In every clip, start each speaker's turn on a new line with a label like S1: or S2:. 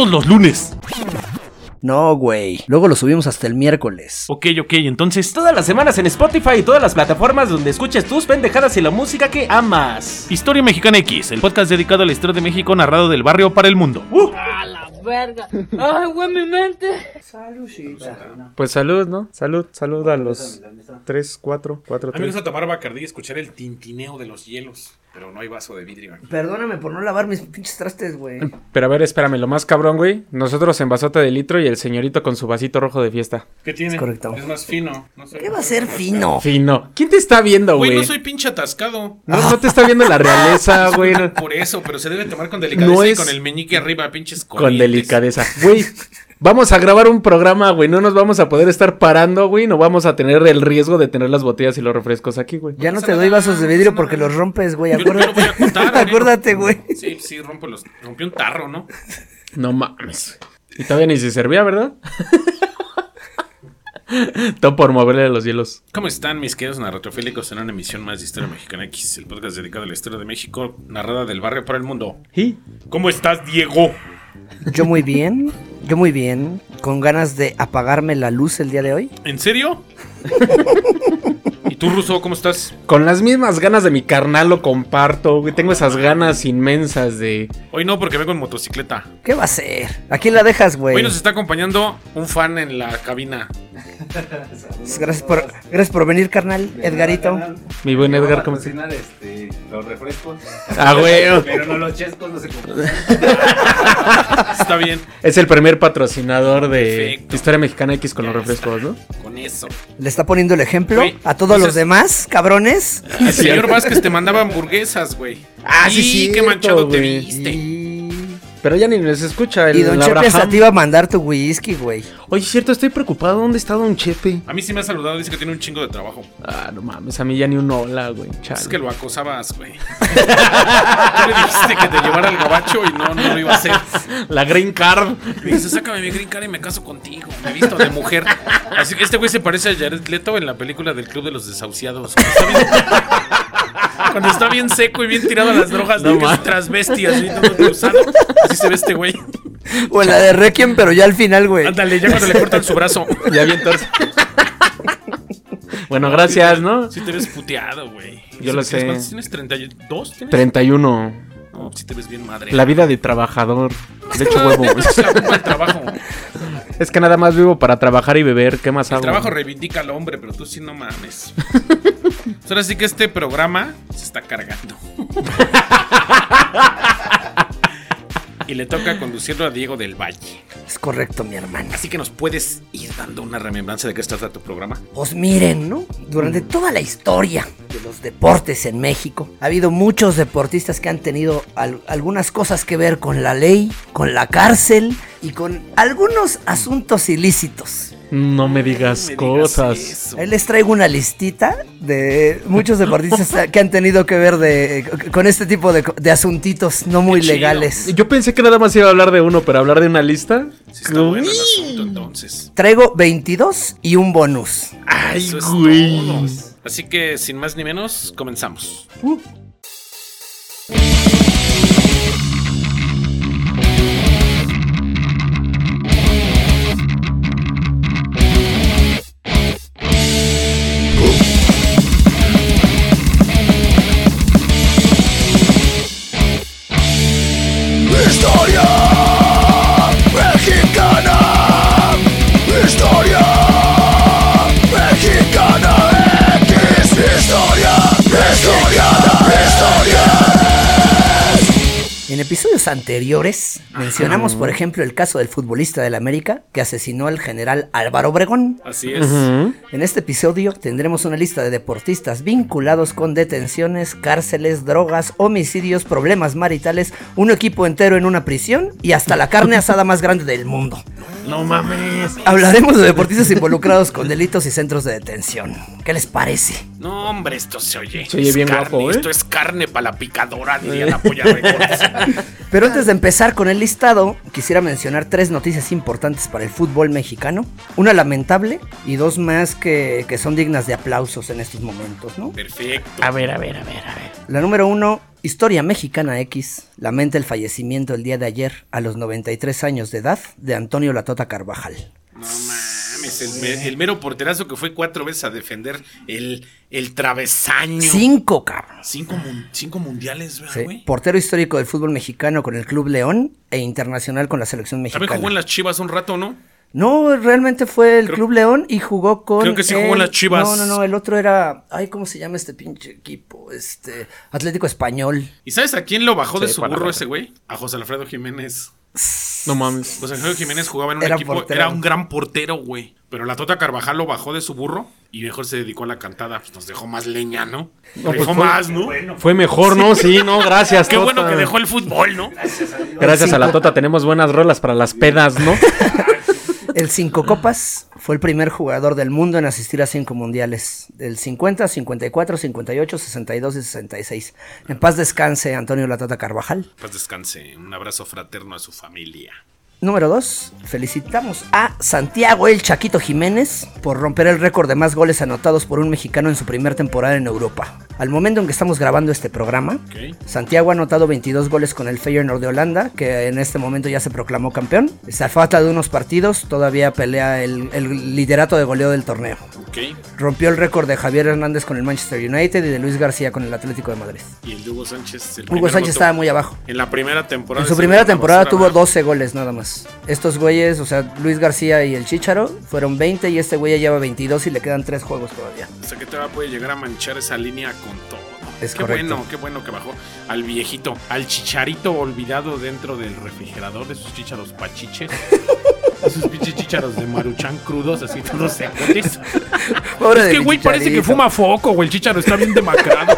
S1: los lunes.
S2: No, güey. Luego lo subimos hasta el miércoles.
S1: Ok, ok, entonces.
S3: Todas las semanas en Spotify y todas las plataformas donde escuches tus pendejadas y la música que amas.
S1: Historia Mexicana X, el podcast dedicado a la historia de México narrado del barrio para el mundo.
S4: A la verga. Ay, güey, mi mente.
S5: Pues salud, ¿no? Salud, salud a los 3, 4, 4,
S6: A mí me
S5: 3.
S6: gusta tomar Bacardí y escuchar el tintineo de los hielos, pero no hay vaso de vidrio aquí.
S2: Perdóname por no lavar mis pinches trastes, güey.
S5: Pero a ver, espérame, lo más cabrón, güey. Nosotros en vasota de litro y el señorito con su vasito rojo de fiesta.
S6: ¿Qué tiene?
S2: Es correcto.
S6: Es más fino. No sé.
S2: ¿Qué va a ser fino?
S5: Fino. ¿Quién te está viendo,
S6: Güey,
S5: güey?
S6: no soy pinche atascado.
S5: no, no te está viendo la realeza, güey. no-
S6: Por eso, pero se debe tomar con delicadeza
S5: No
S6: y
S5: es-
S6: con el meñique arriba, pinches
S5: Con
S6: corrientes.
S5: delicadeza. Güey, vamos a grabar un programa, güey. No nos vamos a poder estar parando, güey. No vamos a tener el riesgo de tener las botellas y los refrescos aquí, güey.
S2: Ya no
S6: pasa
S2: te doy
S6: nada,
S2: vasos de
S6: no
S2: vidrio
S6: pasa
S2: porque
S6: nada.
S2: los rompes, güey.
S6: Yo no lo voy
S2: Acuérdate.
S6: a contar, amigo.
S2: Acuérdate, güey.
S6: Sí, sí, rompo los... rompí un tarro, ¿no?
S5: No mames. Y todavía ni se servía, ¿verdad? Todo por moverle los hielos.
S6: ¿Cómo están mis queridos narratofílicos en una emisión más de Historia Mexicana X, el podcast dedicado a la historia de México, narrada del barrio para el mundo?
S5: Y
S6: ¿Cómo estás, Diego?
S2: Yo muy bien. Yo muy bien. Con ganas de apagarme la luz el día de hoy.
S6: ¿En serio? ¿Y tú, Ruso, cómo estás?
S5: Con las mismas ganas de mi carnal lo comparto, güey. Tengo esas ganas inmensas de.
S6: Hoy no, porque vengo en motocicleta.
S2: ¿Qué va a ser? ¿A quién la dejas, güey?
S6: Hoy nos está acompañando un fan en la cabina.
S2: Gracias por, gracias por venir, carnal. Edgarito.
S5: Mi buen
S7: Vamos
S5: Edgar,
S7: a
S5: ¿cómo se-
S7: cocinar, este, los refrescos.
S5: Ah, güey.
S7: Pero no los chescos, no se confunden.
S6: Está bien.
S5: Es el primer patrocinador de
S6: Perfecto.
S5: Historia Mexicana X con los refrescos, ¿no?
S6: Con eso.
S2: Le está poniendo el ejemplo
S6: Güey,
S2: a todos los
S6: entonces-
S2: demás, cabrones.
S6: El señor Vázquez te mandaba hamburguesas, güey. Y Ah, qué
S5: Ah, cierto,
S6: manchado te
S5: güey.
S6: viste.
S5: Pero ya ni nos escucha el
S2: Y Don
S5: la
S2: Chepe hasta
S5: Abraham.
S2: te iba a mandar tu whisky, güey.
S5: Oye, es cierto, estoy preocupado. ¿Dónde está Don Chepe?
S6: A mí sí me ha saludado, dice que tiene un chingo de trabajo. Pues
S5: Ah, no mames, a mí ya ni un hola, güey. chale.
S6: Es que lo acosabas, güey. Tú le dijiste que te llevara al gabacho y no, no lo iba a hacer.
S5: La Green Card.
S6: Me dice, sácame mi green card y me caso contigo. Me he visto de mujer. Así que este güey se parece a Jared Leto en la película del Club de los Desahuciados. Cuando está bien, cuando está bien seco y bien tirado a las drogas,
S5: No
S6: no, que es
S5: ma-
S6: un transvesti, así todo cruzado. Así se ve este güey.
S2: O la de Requiem, pero ya al final, güey.
S6: Ándale, ya cuando le cortan su brazo.
S5: Ya bien torce. bueno, gracias, ¿no?
S6: Sí te ves puteado, güey.
S5: Yo lo
S6: ¿Tienes-
S5: sé.
S6: ¿Cuántos tienes? ¿32? ¿Tienes?
S5: 31.
S6: No, sí te ves bien madre.
S5: La vida de trabajador. De hecho, huevo.
S6: Es la culpa del trabajo.
S5: Es que nada más vivo para trabajar y beber. ¿Qué más
S6: El
S5: hago?
S6: trabajo reivindica al hombre, pero tú sí no mames. Pues Ahora sí que este programa se está cargando. Y le toca conducirlo a Diego del Valle.
S2: Es correcto, mi hermano.
S6: Así que nos puedes ir dando una remembranza de qué se trata tu programa.
S2: Pues miren, ¿no?
S6: Mm.
S2: Durante toda la historia de los deportes en México, ha habido muchos deportistas que han tenido al- algunas cosas que ver con la ley, con la cárcel y con algunos asuntos ilícitos.
S5: No me digas
S6: Me digas
S5: cosas.
S6: eso.
S2: Ahí les traigo una listita de muchos deportistas que han tenido que ver de, con este tipo de, co- de asuntitos no muy
S6: Qué chido.
S2: legales.
S5: Yo pensé que nada más iba a hablar de uno, pero hablar de una lista.
S6: Sí está bueno el asunto entonces.
S2: Traigo 22 y un bonus.
S5: Ay,
S6: Eso es
S5: güey.
S6: todo. Así que sin más ni menos, comenzamos.
S2: episodios anteriores mencionamos, por ejemplo, el caso del futbolista del América que asesinó al general Álvaro Obregón.
S6: Así es.
S5: Mm.
S2: En este episodio tendremos una lista de deportistas vinculados con detenciones, cárceles, drogas, homicidios, problemas maritales, un equipo entero en una prisión y hasta la carne asada más grande del mundo.
S6: No mames.
S2: Hablaremos de deportistas involucrados con delitos y centros de detención. ¿Qué les parece?
S6: No, hombre, esto se oye.
S5: Se oye
S6: Es
S5: bien
S6: carne,
S5: guapo, ¿eh?
S6: Esto es carne para la picadora, diría la polla Records.
S2: Pero antes de empezar con el listado, quisiera mencionar tres noticias importantes para el fútbol mexicano. Una lamentable y dos más que, que son dignas de aplausos en estos momentos, ¿no?
S6: Perfecto.
S3: A ver, a ver, a ver, a ver.
S2: La número uno, Historia Mexicana X, lamenta el fallecimiento el día de ayer a los 93 años de edad de Antonio Latota Carvajal.
S6: No mames, el, me- el mero porterazo que fue cuatro veces a defender el, el travesaño.
S2: Cinco, cabrón.
S6: Cinco, mun- cinco mundiales, ¿verdad,
S2: Sí,
S6: Ah, güey?
S2: portero histórico del fútbol mexicano con el Club León e internacional con la selección
S6: También jugó en
S2: mexicana.
S6: las Chivas un rato, ¿no?
S2: No, realmente fue el
S6: Creo-
S2: Club León y jugó con.
S6: Creo que sí jugó en
S2: el-
S6: las Chivas.
S2: No, no, no, el otro era. Ay, ¿cómo se llama este pinche equipo? Este. Atlético Español.
S6: ¿Y sabes a quién lo bajó de
S3: Sí,
S6: su
S3: para
S6: burro
S3: la-
S6: ese güey? A José Alfredo Jiménez.
S5: No mames.
S6: José Alfredo Jiménez jugaba en un
S2: Era
S6: equipo,
S2: portero.
S6: era un gran portero, güey. Pero la Tota Carvajal lo bajó de su burro y mejor se dedicó a la cantada. Pues nos dejó más leña, ¿no?
S5: No,
S6: dejó
S5: pues fue-
S6: más, ¿no?
S5: Fue mejor, ¿no? Sí, no, gracias.
S6: Qué bueno
S5: Tota.
S6: que dejó el fútbol, ¿no?
S5: Gracias a la Tota tenemos buenas rolas para las pedas, ¿no?
S2: El Cinco Copas fue el primer jugador del mundo en asistir a cinco mundiales. Del 50, 54, 58, 62 y 66. En paz descanse Antonio Latota Carvajal.
S6: Pues descanse. Un abrazo fraterno a su familia.
S2: Número 2. Felicitamos a Santiago El Chaquito Jiménez por romper el récord de más goles anotados por un mexicano en su primera temporada en Europa. Al momento en que estamos grabando este programa,
S6: Ok.
S2: Santiago ha anotado 22 goles con el Feyenoord de Holanda, que en este momento ya se proclamó campeón. Está a falta de unos partidos, todavía pelea el, el liderato de goleo del torneo.
S6: Ok.
S2: Rompió el récord de Javier Hernández con el Manchester United y de Luis García con el Atlético de Madrid.
S6: Y el de Hugo Sánchez. el
S2: Hugo
S6: primero
S2: Sánchez
S6: lo
S2: estaba
S6: tuvo-
S2: muy abajo.
S6: En la primera temporada.
S2: En su
S6: se
S2: primera
S6: volvió una
S2: temporada
S6: basura,
S2: tuvo
S6: ¿verdad?
S2: 12 goles nada más. Estos güeyes, o sea, Luis García y el Chicharo, fueron 20 y este güey ya lleva 22 y le quedan 3 juegos todavía.
S6: O sea que todavía puede llegar a manchar esa línea con todo.
S2: Es
S6: qué
S2: correcto.
S6: bueno, qué bueno que bajó al viejito, al chicharito olvidado dentro del refrigerador de sus chícharos pachiches. De sus pinches chícharos de maruchan crudos, así todos secotes.
S2: Pobre
S6: Es que,
S2: del
S6: güey, parece que
S2: Chicharito.
S6: fuma foco, güey. El chicharo está bien demacrado.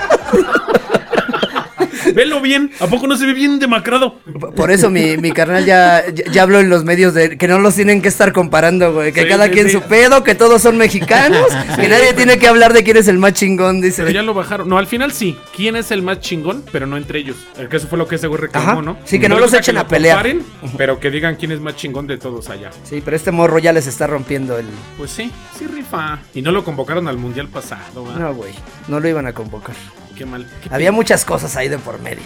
S6: Velo bien. ¿A poco no se ve bien demacrado?
S2: P- Por eso mi, mi carnal ya, ya, ya habló en los medios de que no los tienen que estar comparando, güey. Que
S6: Sí,
S2: cada
S6: sí,
S2: quien
S6: sí.
S2: su pedo, que todos son mexicanos, que nadie tiene que hablar de quién es el más chingón, dice.
S6: Pero ya lo bajaron. No, al final sí. ¿Quién es el más chingón? Pero no entre ellos. El que eso fue lo que ese güey reclamó,
S2: Ajá.
S6: ¿no?
S2: Sí, que no
S6: Una
S2: los
S6: cosa
S2: echen
S6: lo
S2: a pelear.
S6: comparen, pero que digan quién es más chingón de todos allá.
S2: Sí, pero este morro ya les está rompiendo el...
S6: Pues sí, sí rifa. Y no lo convocaron al mundial pasado, ¿va?
S2: No, güey, no lo iban a convocar.
S6: Qué mal. qué
S2: Había
S6: pena.
S2: muchas cosas ahí de por medio.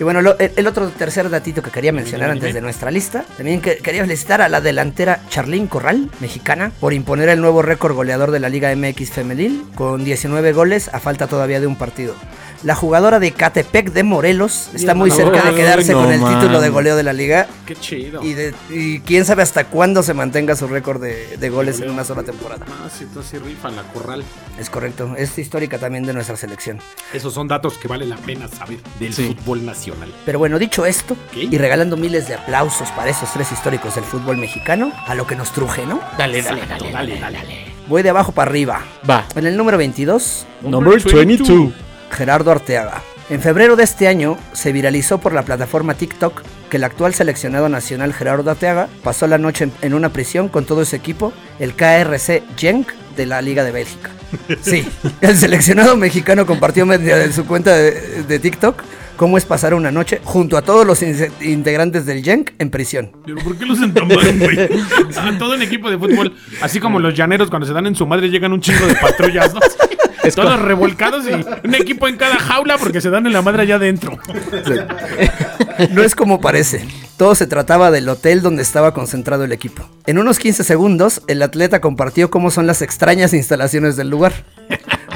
S2: Y bueno, lo- el, el otro tercer datito que quería mencionar
S6: dime, dime.
S2: antes de nuestra lista, también que- quería felicitar a la delantera Charlene Corral, mexicana, por imponer el nuevo récord goleador de la Liga MX femenil, con 19 goles a falta todavía de un partido. La jugadora de Catepec de Morelos está muy cerca de
S5: Ay,
S2: quedarse
S5: no
S2: con el título de
S5: mames.
S2: goleo de la liga
S6: Qué chido.
S2: y, de- y quién sabe hasta cuándo se mantenga su récord de, de goles en una sola temporada.
S6: No, sí, entonces sí rifan la corral.
S2: Es correcto, es histórica también de nuestra selección.
S6: Esos son datos que vale la pena saber del fútbol nacional.
S2: Pero bueno, dicho esto,
S6: ¿Qué?
S2: y regalando miles de aplausos para esos tres históricos del fútbol mexicano, a lo que nos truje, ¿no?
S6: Dale, dale, dale, dale, dale,
S2: Voy de abajo para arriba.
S5: Va.
S2: En el número 22,
S5: Number 22.
S2: Gerardo Arteaga. En febrero de este año se viralizó por la plataforma TikTok que el actual seleccionado nacional Gerardo Arteaga pasó la noche en- en una prisión con todo su equipo, el KRC Genk de la Liga de Bélgica. Sí, el seleccionado mexicano compartió media- en su cuenta de, de TikTok cómo es pasar una noche junto a todos los in- integrantes del Genk en prisión.
S6: ¿Pero por qué los entambaron, güey? A todo el equipo de fútbol. Así como los llaneros cuando se dan en su madre llegan un chingo de patrullas, ¿no? Todos revolcados y un equipo en cada jaula porque se dan en la madre allá adentro.
S2: No es como parece. Todo se trataba del hotel donde estaba concentrado el equipo. En unos 15 segundos, el atleta compartió cómo son las extrañas instalaciones del lugar.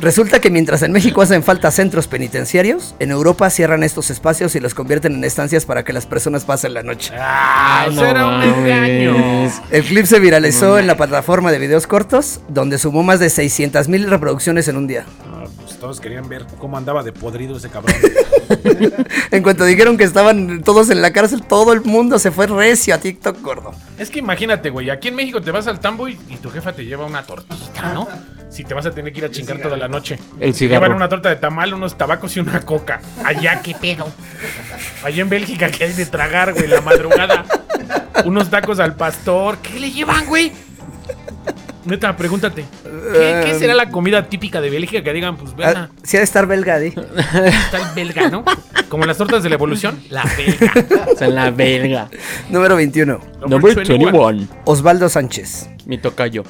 S2: Resulta que mientras en México hacen falta centros penitenciarios, en Europa cierran estos espacios y los convierten en estancias para que las personas pasen la noche.
S6: Ah, eso era un engaño.
S2: El clip se viralizó en la plataforma de videos cortos, donde sumó más de 600.000 reproducciones en un día.
S6: Ah, pues,
S8: todos querían ver cómo andaba de podrido ese cabrón.
S2: En cuanto dijeron que estaban todos en la cárcel, todo el mundo se fue recio a TikTok gordo.
S8: es que imagínate, güey, aquí en México te vas al tambo y, y tu jefa te lleva una tortita, ¿no? Si te vas a tener que ir a chingar toda la noche.
S5: El
S8: Te Llevan
S5: cigarro.
S8: una torta de tamal, unos tabacos y una coca. Allá, qué pedo. Allá en Bélgica, ¿qué hay de tragar, güey? La madrugada. Unos tacos al pastor. ¿Qué le llevan, güey? Neta, pregúntate. ¿Qué,
S5: Em.
S8: qué será la comida típica de Bélgica que digan, pues,
S2: Ah,
S8: venga,
S2: sí ha de estar belga, di.
S8: está el belga, ¿no? Como las tortas de la evolución, la belga.
S5: O sea, en la belga.
S2: Número 21.
S5: Number 21.
S2: Osvaldo Sánchez.
S5: Mi tocayo.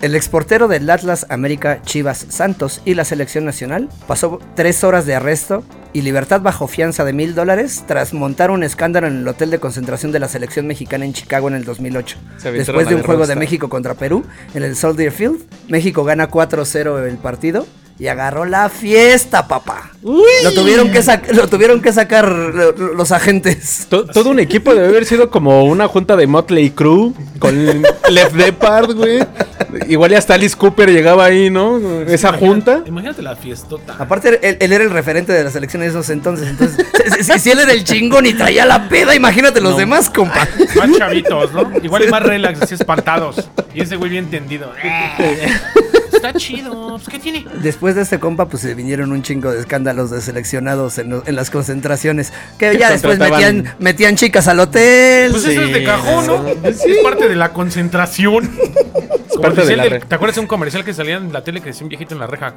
S2: El exportero del Atlas América Chivas Santos y la selección nacional pasó tres horas de arresto y libertad bajo fianza de mil dólares tras montar un escándalo en el hotel de concentración de la selección mexicana en Chicago en el 2008.
S5: Se aventaron
S2: Después
S5: a
S2: de un
S5: la
S2: juego de
S5: Rockstar.
S2: México contra Perú en el Soldier Field, México gana 4-0 el partido y agarró la fiesta, papá. Lo tuvieron que, sac- lo tuvieron que sacar lo- lo- los agentes.
S5: To- todo un equipo debe haber sido como una junta de Motley Crue con Left Depart, güey. Igual y hasta Alice Cooper llegaba ahí, ¿no? Esa junta.
S8: Imagínate la fiestota.
S2: Aparte, él, él era el referente de la selección en esos entonces. Entonces, si- si, si él era el chingón y traía la peda, imagínate los demás, compa.
S8: Más chavitos, ¿no? Igual y más relax, así espantados. Y ese güey bien tendido. Está chido. Pues, ¿Qué tiene?
S2: Después de este compa, pues se vinieron un chingo de escándalos de seleccionados en, lo- en las concentraciones. Que ya después
S5: Contrataban-
S2: metían, metían chicas al hotel.
S8: Pues eso es de
S5: Sí,
S8: cajón, ¿no? Es parte de la concentración. Como
S5: parte
S8: decía
S5: de la
S8: el del-
S5: re-
S8: ¿Te acuerdas de un comercial que salía en la tele que decía un viejito en la reja?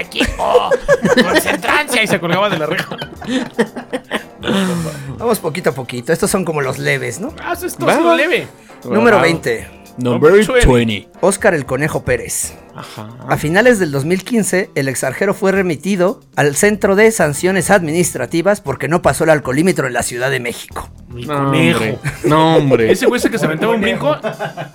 S8: equipo! ¡Concentrancia! Y se colgaba de la reja.
S2: Vamos poquito a poquito. Estos son como los leves, ¿no?
S8: Ah, eso es
S5: Va,
S8: todo
S5: va.
S8: leve.
S2: Número
S5: Wow.
S2: 20.
S5: Number 20.
S2: Óscar el Conejo Pérez. A finales del 2015, el exarjero fue remitido al Centro de Sanciones Administrativas porque no pasó el alcoholímetro en la Ciudad de México.
S8: Mi
S5: No,
S8: conejo.
S5: hombre. No, hombre.
S8: Ese güey ese que se aventaba un brinco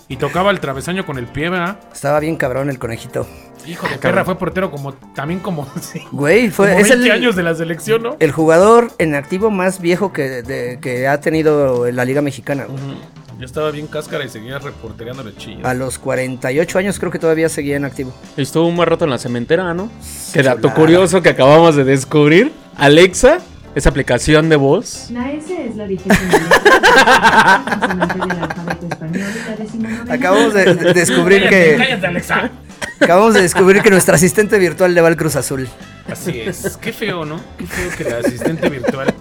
S8: y tocaba el travesaño con el pie, ¿verdad?
S2: Estaba bien cabrón el conejito.
S8: Hijo
S5: Ah,
S8: de perra, fue portero como también como, sí,
S2: Güey, fue,
S8: como
S2: es
S8: 20
S2: el,
S8: años de la selección, ¿no?
S2: el jugador en activo más viejo que, de- que ha tenido la Liga Mexicana. güey.
S8: Yo estaba bien cáscara y seguía reportereando los chillos.
S2: A los 48 años creo que todavía seguía en activo.
S5: Estuvo un buen rato en la cementera, ¿no? Qué dato
S2: chulada.
S5: curioso que acabamos de descubrir. Alexa, esa aplicación de voz.
S9: Naese es la original. del alfabeto español, la decimonovena
S2: Acabamos de, de descubrir
S8: Cállate,
S2: que
S8: cállate, Alexa.
S2: acabamos de descubrir que nuestra asistente virtual le va al Cruz Azul.
S8: Así es. Qué feo, ¿no? Qué feo que la asistente virtual.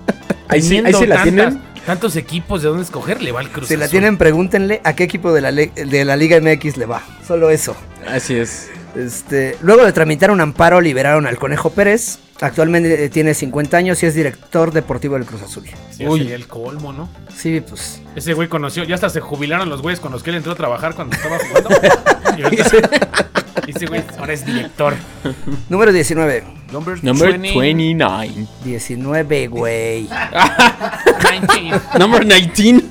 S5: Ahí sí- ahí
S8: teniendo
S5: sí la
S8: tantas-
S5: tienen.
S8: Tantos equipos de dónde escoger, le va al Cruz
S2: Si la
S8: Azul.
S2: tienen, pregúntenle a qué equipo de la, le- de la Liga MX le va. Solo eso.
S5: Así es.
S2: Este, luego de tramitar un amparo, liberaron al Conejo Pérez. Actualmente eh, tiene 50 años y es director deportivo del Cruz Azul.
S8: Sí,
S5: Uy.
S8: sería el colmo, ¿no?
S2: Sí, pues.
S8: Ese güey conoció, ya hasta se jubilaron los güeyes con los que él entró a trabajar cuando estaba jugando. y ahorita- y ese güey ahora es director.
S2: Número 19.
S8: Number,
S5: Number 29.
S2: 19, güey.
S5: Number 19.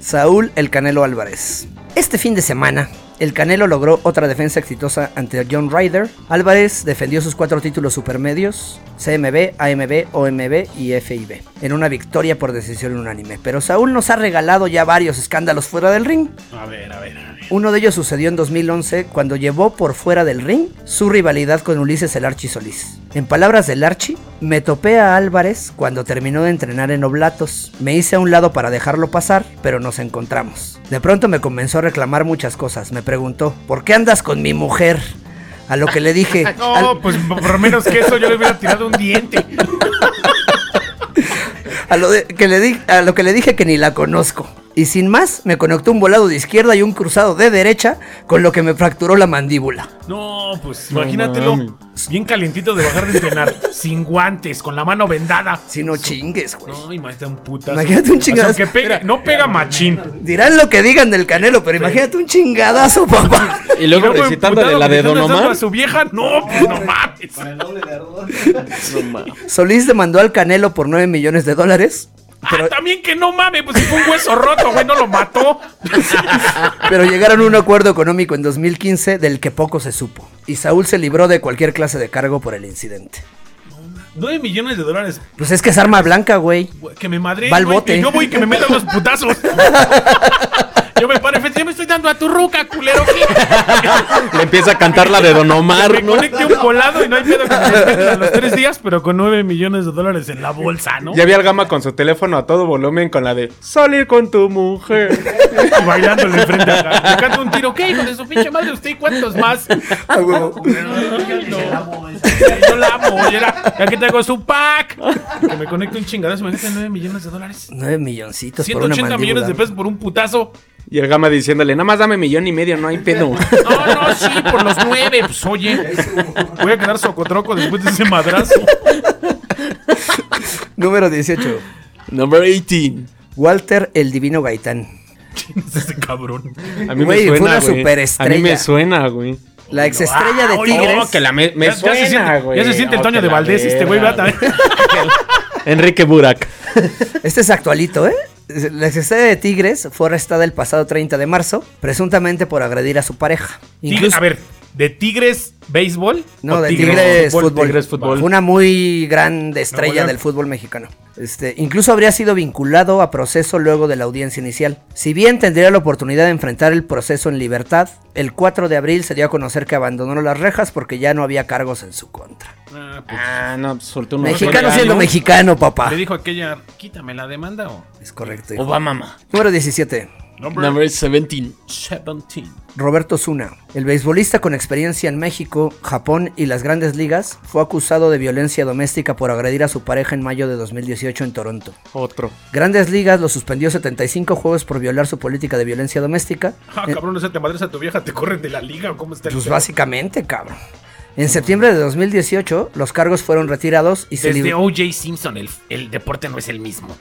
S2: Saúl El Canelo Álvarez. Este fin de semana, El Canelo logró otra defensa exitosa ante John Ryder. Álvarez defendió sus cuatro títulos supermedios, CMB, AMB, OMB y FIB, en una victoria por decisión unánime. Pero Saúl nos ha regalado ya varios escándalos fuera del ring.
S8: A ver, a ver, a ver.
S2: Uno de ellos sucedió en 2011 cuando llevó por fuera del ring su rivalidad con Ulises el Archi Solís. En palabras del Archi, me topé a Álvarez cuando terminó de entrenar en Oblatos. Me hice a un lado para dejarlo pasar, pero nos encontramos. De pronto me comenzó a reclamar muchas cosas. Me preguntó, ¿por qué andas con mi mujer? A lo que le dije,
S8: No, pues por menos que eso yo le hubiera tirado un diente.
S2: a lo, de- que le di- a lo que le dije que ni la conozco. Y sin más, me conectó un volado de izquierda y un cruzado de derecha, con lo que me fracturó la mandíbula.
S8: No, pues
S5: No
S8: imagínatelo.
S5: mames.
S8: Bien calientito de bajar de entrenar. sin guantes, con la mano vendada.
S2: Si no chingues, güey.
S8: No, imagínate un putazo.
S2: Imagínate un chingadazo.
S8: O sea, aunque pega- no pega machín.
S2: Dirán lo que digan del Canelo, pero imagínate un chingadazo, papá.
S5: Y luego
S8: Luego
S5: recitándole
S8: emputado,
S5: la de Don
S8: gritándole
S5: Omar.
S8: a su vieja. No, pues no mames.
S6: Para el doble de ardor.
S2: Solís demandó al Canelo por 9 millones de dólares, eh,
S8: Ah, también que no mames, pues si fue un hueso roto, güey, no lo mató.
S2: pero llegaron a un acuerdo económico en 2015 del que poco se supo. Y Saúl se libró de cualquier clase de cargo por el incidente.
S8: 9 millones de dólares.
S2: Pues es que es arma blanca, güey.
S8: güey, Que me madre.
S2: Va al bote.
S8: Yo voy y que me metan los putazos. Yo me paro, en frente, ya me estoy conectando a tu ruca, culero. ¿qué?
S5: Le empieza a cantar la de Don Omar,
S8: Me
S5: ¿no?
S8: conecte un volado y no hay pedo que me respeten a los tres días, pero con 9 millones de dólares en la bolsa, ¿no?
S5: Ya vi al Gama con su teléfono a todo volumen con la de salir con tu mujer.
S8: Y bailándole enfrente a Le canto un tiro. ¿Qué, hijo de su pinche madre? ¿Usted y cuántos más?
S5: Ah,
S2: A huevo.
S8: Yo la amo. Y era, aquí tengo su pack. Que me conecte un chingadazo. Imagínate 9 millones de dólares.
S2: Nueve milloncitos por una
S8: 180 millones de
S2: mandíbula.
S8: pesos por un putazo.
S5: Y el Gama diciéndole, nada más dame millón y medio, no hay pedo.
S8: No, no, sí, por los nueve. Pues oye, voy a quedar socotroco después de ese madrazo.
S2: Número 18.
S5: Number 18.
S2: Walter el Divino Gaitán.
S8: Ese cabrón.
S5: A mí
S2: Güey, fue
S5: me suena,
S2: una
S5: güey.
S2: superestrella.
S5: A mí me suena, güey.
S2: La exestrella de
S8: Ah, oye,
S2: Tigres.
S5: Oh, que la me, me
S8: Ya- ya,
S5: suena,
S8: se siente,
S5: güey.
S8: ya se siente el
S5: Oh,
S8: Toño
S5: que
S8: de
S5: la
S8: Valdés, este güey, va
S5: verga.
S8: también.
S5: Enrique Burak.
S2: Este es actualito, ¿eh? La exestrella de Tigres fue arrestada el pasado 30 de marzo, presuntamente por agredir a su pareja.
S8: Tigre-
S2: Incluso-
S8: a ver, ¿de Tigres béisbol?
S2: No,
S8: ¿O
S2: de Tigres, fútbol,
S5: Tigres Fútbol.
S2: Fue una muy grande estrella
S8: León.
S2: del fútbol mexicano. Este, incluso habría sido vinculado a proceso luego de la audiencia inicial. Si bien tendría la oportunidad de enfrentar el proceso en libertad, el 4 de abril se dio a conocer que abandonó las rejas porque ya no había cargos en su contra.
S5: Ah, no, pues, soltó unos
S2: mexicano
S5: regaños.
S2: siendo mexicano, papá.
S8: Le dijo aquella, quítame la demanda o...
S2: Es correcto. hijo.
S5: Obama. ma.
S2: Número 17.
S5: Number 17.
S8: 17.
S2: Roberto Zuna, el beisbolista con experiencia en México, Japón y las grandes ligas, fue acusado de violencia doméstica por agredir a su pareja en mayo de 2018 en Toronto.
S5: Otro.
S2: Grandes Ligas lo suspendió 75 juegos por violar su política de violencia doméstica.
S8: Ah,
S2: Eh,
S8: cabrón, no se te madres a tu vieja, te corren de la liga o cómo está el
S2: pues
S8: pedo?
S2: básicamente, cabrón. En septiembre de 2018, los cargos fueron retirados y se
S8: Desde
S2: libró.
S8: O.J. Simpson, el, el deporte no es el mismo.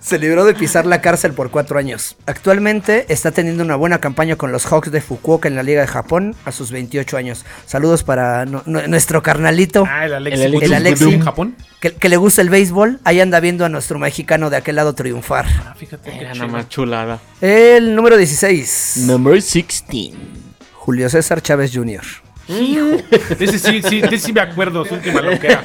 S2: Se libró de pisar la cárcel por cuatro años. Actualmente está teniendo una buena campaña con los Hawks de Fukuoka en la Liga de Japón a sus 28 años. Saludos para no- no- nuestro carnalito.
S8: Ah, el Alexi.
S5: El Alexi.
S2: El Alexi.
S8: ¿En Japón?
S2: Que, que le gusta el béisbol, ahí anda viendo a nuestro mexicano de aquel lado triunfar.
S8: Ah, fíjate. qué
S5: Era
S8: chido.
S5: nada más chulada.
S2: El número 16.
S5: Number 16.
S2: Julio César Chávez Jr.
S8: De ese sí, sí, de ese sí me acuerdo, su última loquera.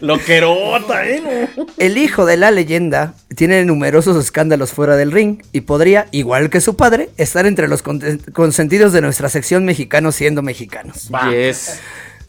S5: Loquerota, eh.
S2: El hijo de la leyenda tiene numerosos escándalos fuera del ring y podría, igual que su padre, estar entre los conten- consentidos de nuestra sección mexicanos siendo mexicanos.
S5: Yes.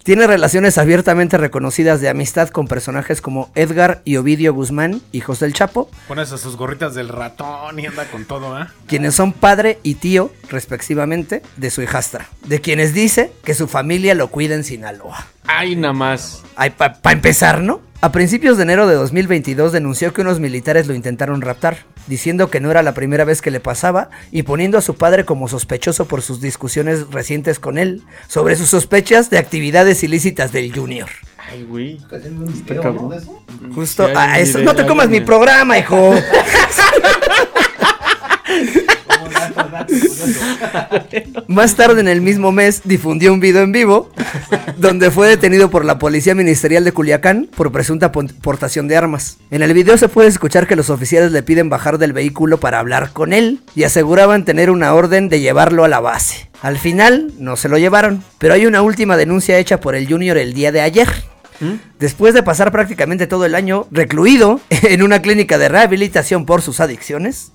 S2: Tiene relaciones abiertamente reconocidas de amistad con personajes como Edgar y Ovidio Guzmán, hijos del Chapo,
S8: Pones a sus gorritas del ratón y anda con todo, ¿ah?
S2: quienes son padre y tío, respectivamente, de su hijastra, de quienes dice que su familia lo cuida en Sinaloa.
S5: Ay, nada más.
S2: Para empezar, ¿no? A principios de enero de 2022 denunció que unos militares lo intentaron raptar, diciendo que no era la primera vez que le pasaba y poniendo a su padre como sospechoso por sus discusiones recientes con él sobre sus sospechas de actividades ilícitas del Junior.
S5: Ay, güey. Este
S2: Justo
S5: Sí, hay
S2: a
S5: un
S2: eso.
S5: video,
S2: No te
S5: hay
S2: comas
S5: un
S2: mi
S5: video.
S2: programa, hijo. Más tarde en el mismo mes difundió un video en vivo donde fue detenido por la Policía Ministerial de Culiacán por presunta pon- portación de armas. En el video se puede escuchar que los oficiales le piden bajar del vehículo para hablar con él y aseguraban tener una orden de llevarlo a la base. Al final no se lo llevaron, pero hay una última denuncia hecha por el Junior el día de ayer. Después de pasar prácticamente todo el año recluido en una clínica de rehabilitación por sus adicciones,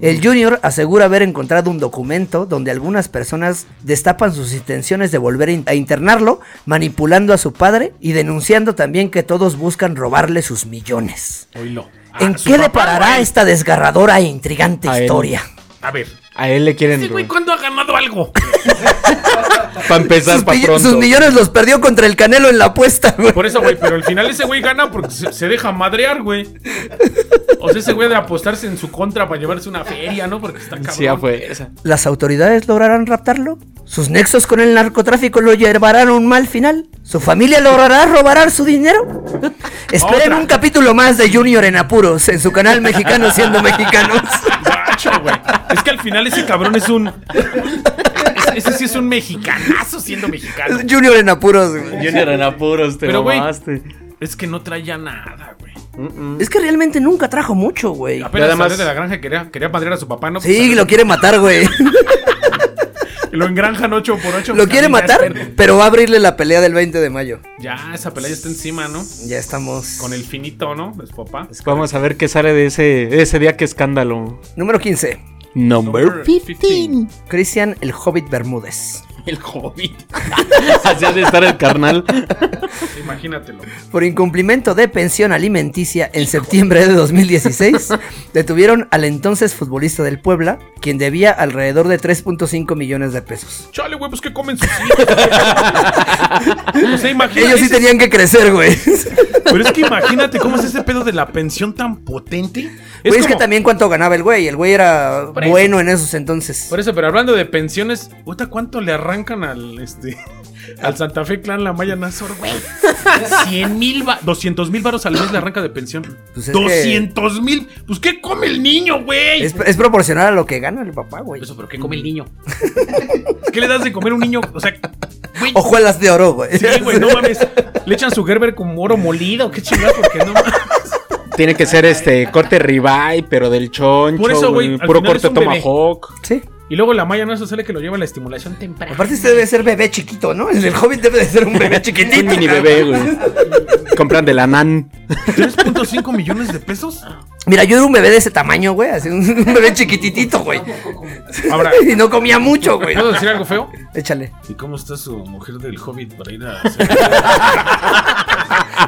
S2: el Junior asegura haber encontrado un documento donde algunas personas destapan sus intenciones de volver a in- a internarlo, manipulando a su padre y denunciando también que todos buscan robarle sus millones.
S8: Oílo. Ah,
S2: ¿En
S8: su
S2: qué le
S8: papá,
S2: parará
S8: güey.
S2: esta desgarradora e intrigante
S5: A él.
S2: historia?
S8: A ver.
S5: A él le quieren.
S8: Este güey, ¿cuándo ha ganado algo?
S5: Para empezar,
S2: Sus,
S5: pa'
S2: mill-
S5: pronto.
S2: sus millones los perdió contra el Canelo en la apuesta, güey.
S8: Por eso, güey, pero al final ese güey gana porque se, se deja madrear, güey. O sea, ese güey de apostarse en su contra para llevarse una feria, ¿no? Porque está cabrón.
S5: Sí, ya fue esa.
S2: ¿Las autoridades lograrán raptarlo? ¿Sus nexos con el narcotráfico lo llevarán a un mal final? ¿Su familia logrará robar su dinero? Esperen
S8: Otra.
S2: un capítulo más de Junior en apuros en su canal Mexicano siendo mexicanos.
S8: Guacho, güey. Es que al final ese cabrón es un. es- Ese sí es un mexicanazo siendo mexicano.
S2: Junior en apuros. güey.
S5: Junior en apuros, te
S8: Pero, güey.
S5: mamaste.
S8: Es que no traía nada, güey.
S2: Es que realmente nunca trajo mucho, güey.
S8: Apenas
S5: además-
S8: salió de la granja quería, quería madrear a su papá, ¿no?
S2: Sí, lo quiere matar, güey.
S8: Lo engranjan 8 por 8
S2: Lo quiere matar, pero va a abrirle la pelea del 20 de mayo.
S8: Ya, esa pelea ya está encima, ¿no?
S2: Ya estamos.
S8: Con el finito, ¿no? Es papá.
S5: Pues Vamos a ver qué sale de ese, ese día, qué escándalo.
S2: Número 15.
S5: Number.
S8: 15.
S2: Cristian el Hobbit Bermúdez.
S1: El hobbit.
S5: Así ha de estar el carnal.
S8: Imagínatelo.
S2: Por incumplimiento de pensión alimenticia en septiembre de 2016, detuvieron al entonces futbolista del Puebla, quien debía alrededor de 3.5 millones de pesos.
S8: Chale, güey, pues que comen sus hijos. o sea, imagínate.
S2: Ellos sí tenían que crecer, güey. Pues
S8: Pero es que imagínate cómo es ese pedo de la pensión tan potente.
S2: Es, que
S8: como-
S2: también cuánto ganaba el güey. El güey era
S8: Por eso.
S2: bueno en esos entonces.
S8: Por eso, pero hablando de pensiones, puta, ¿cuánto le arrancan al este al Santa Fe Clan La Maya Nazor, güey? 100 mil, va- 200 mil varos al mes le arranca de pensión.
S2: Pues es que-
S8: 200 mil. Pues, ¿qué come el niño, güey?
S2: Es, es proporcional a lo que gana el papá, güey.
S8: Eso, pero ¿qué come el niño? ¿Qué le das de comer a un niño? O sea, güey.
S2: Ojuelas de oro, güey.
S8: Sí, güey, no mames. Le echan su Gerber con oro molido. Qué chingada, porque no mames.
S5: Tiene que ser este corte ribeye, pero del choncho.
S8: Por eso, güey,
S5: güey,
S8: al
S5: Puro
S8: final es
S5: corte
S8: un bebé.
S5: tomahawk.
S2: Sí.
S8: Y luego la Maya Nazor sale que lo lleva a la estimulación temprana.
S2: Aparte, este debe ser bebé chiquito, ¿no? El del hobbit debe de ser un bebé chiquitito.
S5: Un mini bebé, güey. Compran de la nan.
S8: 3.5 millones de pesos.
S2: Mira, yo era un bebé de ese tamaño, güey. Así un, un bebé chiquititito, güey.
S8: Ahora.
S2: Y no comía mucho, güey.
S8: ¿Puedo decir algo feo?
S2: Échale.
S8: ¿Y cómo está su mujer del Hobbit para ir a.?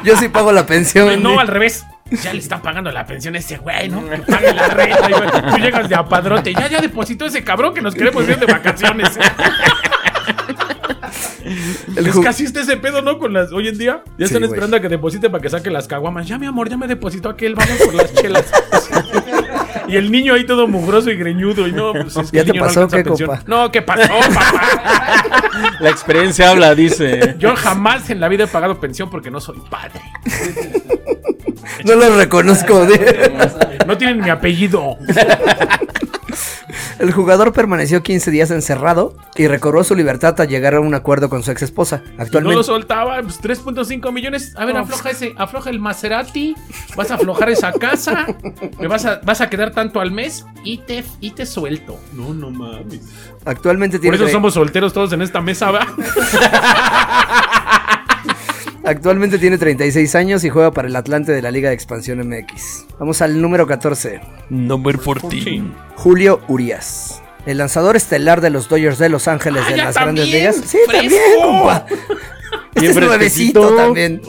S2: Yo sí pago la pensión.
S8: no, al revés. Ya le están pagando la pensión a ese güey, ¿no? Que pague la renta. y bueno, tú llegas de apadrote. Ya, ya depositó ese cabrón que nos queremos ir de vacaciones.
S2: El
S8: es
S2: ju-
S8: casi este ese pedo, ¿no? Con las. Hoy en día. Ya
S2: Sí,
S8: están
S2: güey.
S8: esperando a que deposite para que saque las caguamas. Ya, mi amor, ya me depositó aquel. Vamos por las chelas. y el niño ahí todo mugroso y greñudo. Y no, pues es que
S2: ¿Ya
S8: el
S2: te
S8: niño
S2: pasó
S8: alcanza
S2: qué,
S8: pensión.
S2: compa?
S8: No, ¿qué pasó, papá?
S5: La experiencia habla, dice.
S8: Yo jamás en la vida he pagado pensión porque no soy padre.
S2: No lo reconozco. de-
S8: No tienen mi apellido.
S2: El jugador permaneció 15 días encerrado y recobró su libertad al llegar a un acuerdo con su ex esposa.
S8: No
S2: Actualmente.
S8: lo soltaba, pues 3.5 millones. A ver, afloja ese, afloja el Maserati, vas a aflojar esa casa, me vas a, vas a quedar tanto al mes y te, y te suelto. No, no mames.
S2: Actualmente
S8: Por
S2: tiene,
S8: eso
S2: tre-
S8: somos solteros todos en esta mesa, ¿va?
S2: actualmente tiene 36 años y juega para el Atlante de la Liga de Expansión MX. Vamos al número 14.
S1: Number 14.
S2: Julio Urias. El lanzador estelar de los Dodgers de Los Ángeles
S8: Ah,
S2: de
S8: ya
S2: las
S8: también,
S2: grandes ligas. Sí,
S8: fresco.
S2: también, compa. Este
S5: Bien
S2: es nuevecito
S5: fresquecito.
S2: también.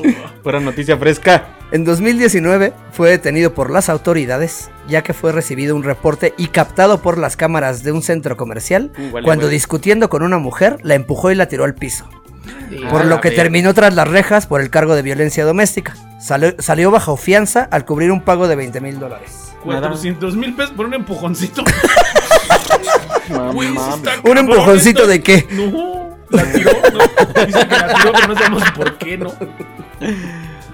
S5: Fuera noticia fresca.
S2: En 2019 fue detenido por las autoridades, ya que fue recibido un reporte y captado por las cámaras de un centro comercial
S8: Uh,
S2: cuando discutiendo con una mujer la empujó y la tiró al piso.
S8: Ah,
S2: Por lo que terminó tras las rejas por el cargo de violencia doméstica. Salió, salió bajo fianza al cubrir un pago de 20 mil dólares.
S8: 400 mil pesos por un empujoncito. Güey, eso está
S2: ¿Un
S8: cabrón,
S2: empujoncito
S8: esto-
S2: de qué?
S8: No, la tiró, no. Dicen que la tiró, pero no sabemos por qué, ¿no?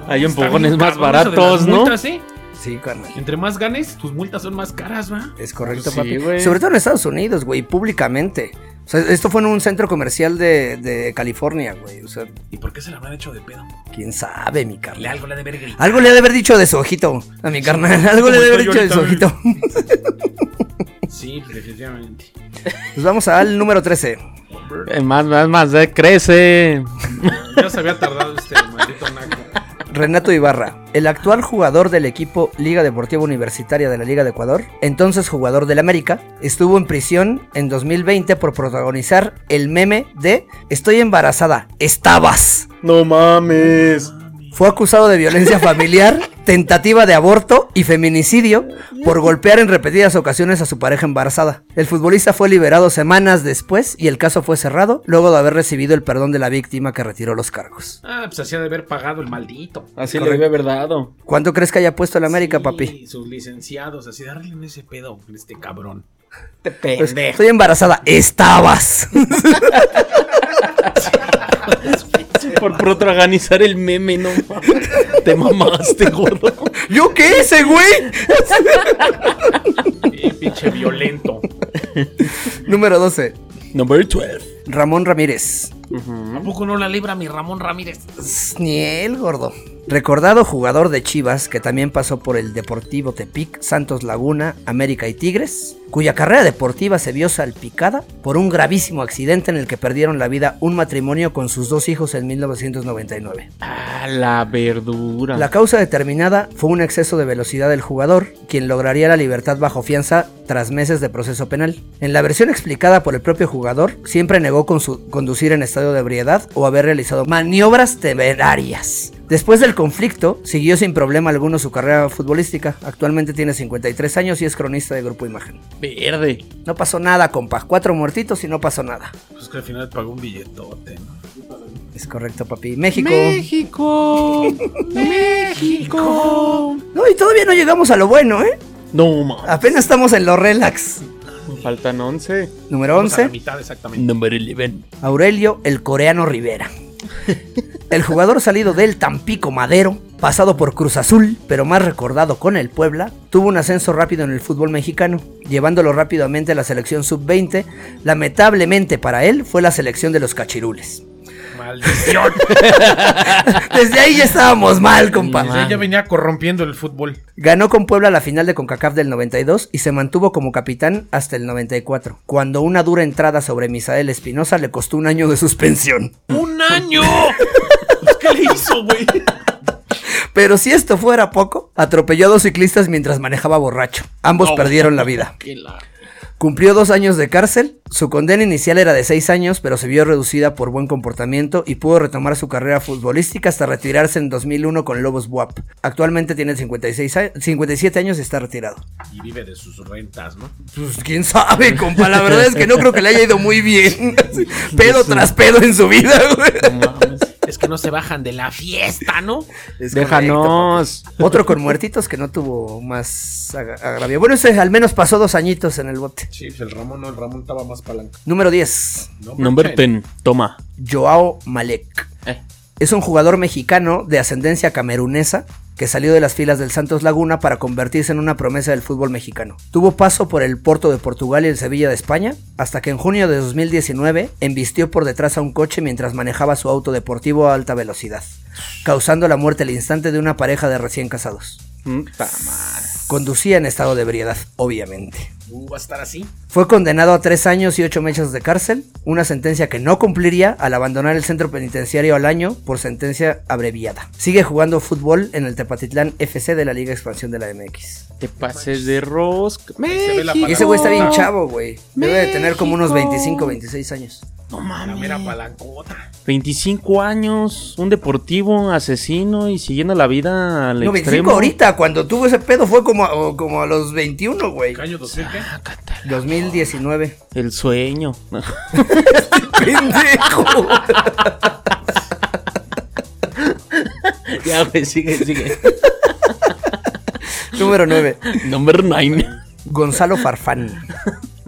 S5: Hay
S8: Está
S5: empujones
S8: bien
S5: más
S8: cabrón eso de las
S5: baratos, ¿no?
S8: multas, ¿eh?
S2: Sí, carnal.
S8: Entre más ganes, tus multas son más caras, ¿va?
S2: Es correcto,
S5: Sí,
S2: papi.
S5: güey.
S2: Sobre todo en Estados Unidos, güey, públicamente. O sea, esto fue en un centro comercial de, de California, güey. O sea,
S8: ¿Y por qué se la habrán hecho de pedo?
S2: quién sabe, mi carnal.
S8: Le algo le ha de ver gritado.
S2: Algo le ha de haber dicho de su ojito a mi carnal. Algo le ha de haber
S8: Como
S2: dicho de su
S8: estoy ahorita,
S2: ojito.
S8: Sí, definitivamente.
S2: Pues vamos al número 13.
S5: Eh, Más, más, más. eh, crece.
S8: Ya se había tardado este maldito naco.
S2: Renato Ibarra, el actual jugador del equipo Liga Deportiva Universitaria de la Liga de Ecuador, entonces jugador del América, estuvo en prisión en 2020 por protagonizar el meme de Estoy embarazada, estabas.
S5: No mames.
S2: Fue acusado de violencia familiar, tentativa de aborto y feminicidio por golpear en repetidas ocasiones a su pareja embarazada. El futbolista fue liberado semanas después y el caso fue cerrado luego de haber recibido el perdón de la víctima que retiró los cargos.
S8: Ah, pues hacía de haber pagado el maldito.
S5: Así le había verdado.
S2: ¿Cuánto crees que haya puesto el América,
S8: Sí,
S2: papi?
S8: Sus licenciados, así darle en ese pedo a este cabrón.
S2: Pues, estoy embarazada. Estabas.
S5: Por protagonizar el meme, no mames. Te mamaste, gordo.
S2: ¿Yo qué ese güey?
S8: Eh, pinche violento.
S2: Número 12.
S5: Number 12.
S2: Ramón Ramírez.
S8: Tampoco no la libra mi Ramón Ramírez.
S2: Ni el gordo. Recordado jugador de Chivas que también pasó por el Deportivo Tepic, Santos Laguna, América y Tigres, cuya carrera deportiva se vio salpicada por un gravísimo accidente en el que perdieron la vida un matrimonio con sus dos hijos en 1999.
S5: Ah, la verdura.
S2: La causa determinada fue un exceso de velocidad del jugador, quien lograría la libertad bajo fianza tras meses de proceso penal. En la versión explicada por el propio jugador, siempre negó con su- conducir en estado de ebriedad o haber realizado maniobras temerarias. Después del conflicto, siguió sin problema alguno su carrera futbolística. Actualmente tiene 53 años y es cronista de Grupo Imagen.
S5: verde.
S2: No pasó nada, compa. Cuatro muertitos y no pasó nada.
S8: Pues que al final pagó un billetote, ¿no?
S2: Es correcto, papi. México.
S5: México. México.
S2: No, y todavía no llegamos a lo bueno, ¿eh?
S5: No, ma.
S2: Apenas estamos en lo relax.
S5: Faltan 11.
S2: Número
S8: Vamos a
S2: 11.
S8: la mitad exactamente.
S5: Número 11.
S2: Aurelio el coreano Rivera. El jugador salido del Tampico Madero, pasado por Cruz Azul, pero más recordado con el Puebla, tuvo un ascenso rápido en el fútbol mexicano, llevándolo rápidamente a la selección sub-20. Lamentablemente para él fue la selección de los cachirules.
S8: Maldición.
S2: Desde ahí ya estábamos mal, compa.
S8: Pues ella venía corrompiendo el fútbol.
S2: Ganó con Puebla la final de CONCACAF del 92 y se mantuvo como capitán hasta el 94, cuando una dura entrada sobre Misael Espinosa le costó un año de suspensión.
S8: ¡Un año! Pues, ¿Qué le hizo, güey?
S2: Pero si esto fuera poco, atropelló a dos ciclistas mientras manejaba borracho. Ambos perdieron la vida. Cumplió dos años de cárcel. Su condena inicial era de seis años, pero se vio reducida por buen comportamiento y pudo retomar su carrera futbolística hasta retirarse en 2001 con Lobos Buap. Actualmente tiene 56 a- 57 años y está retirado.
S8: Y vive de sus rentas, ¿no?
S2: Pues quién sabe, compa. La verdad es que no creo que le haya ido muy bien. pedo tras pedo en su vida, güey.
S8: Es que no se bajan de la fiesta, ¿no?
S2: Es correcto.
S5: Déjanos.
S2: Otro con muertitos que no tuvo más aga- agravio. Bueno, ese al menos pasó dos añitos en el bote.
S6: Sí, pues el Ramón no, el Ramón estaba más palanca.
S2: Número 10.
S5: Número 10. Toma.
S2: Joao Malek. Es un jugador mexicano de ascendencia camerunesa que salió de las filas del Santos Laguna para convertirse en una promesa del fútbol mexicano. Tuvo paso por el Porto de Portugal y el Sevilla de España, hasta que en junio de 2019 embistió por detrás a un coche mientras manejaba su auto deportivo a alta velocidad, causando la muerte al instante de una pareja de recién casados.
S5: Mm,
S2: Conducía en estado de ebriedad, obviamente.
S8: Uh, va a estar así.
S2: Fue condenado a tres años y ocho meses de cárcel, una sentencia que no cumpliría al abandonar el centro penitenciario al año por sentencia abreviada. Sigue jugando fútbol en el Tepatitlán FC de la Liga Expansión de la MX.
S5: Te pases de rosca.
S8: ve la
S5: México.
S2: Y ese güey está bien chavo, güey. Debe de tener como unos 25, 26 años.
S5: No
S8: La mera
S5: mames.
S8: palancota.
S5: 25 años, un deportivo, asesino y siguiendo la vida al
S2: No, 25
S5: extremo.
S2: ahorita, cuando tuvo ese pedo fue como a, o como a los 21, güey.
S8: ¿Año 2000 qué?
S2: 2019.
S5: El sueño.
S2: ¡Pendejo!
S5: ya, güey, sigue, sigue.
S2: Número 9.
S5: Número 9.
S2: Gonzalo Farfán.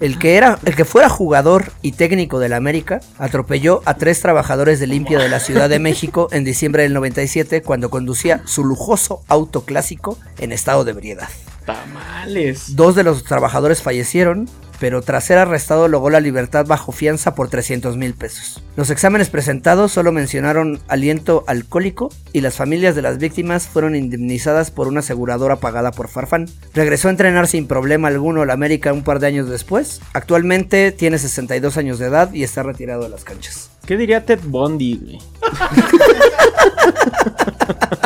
S2: El que, era, el que fuera jugador y técnico del América atropelló a tres trabajadores de limpia de la Ciudad de México en diciembre del 97 cuando conducía su lujoso auto clásico en estado de ebriedad.
S5: Tamales.
S2: Dos de los trabajadores fallecieron, pero tras ser arrestado logró la libertad bajo fianza por 300 mil pesos. Los exámenes presentados solo mencionaron aliento alcohólico y las familias de las víctimas fueron indemnizadas por una aseguradora pagada por Farfán. Regresó a entrenar sin problema alguno al América un par de años después. Actualmente tiene 62 años de edad y está retirado de las canchas.
S5: ¿Qué diría Ted Bundy, güey?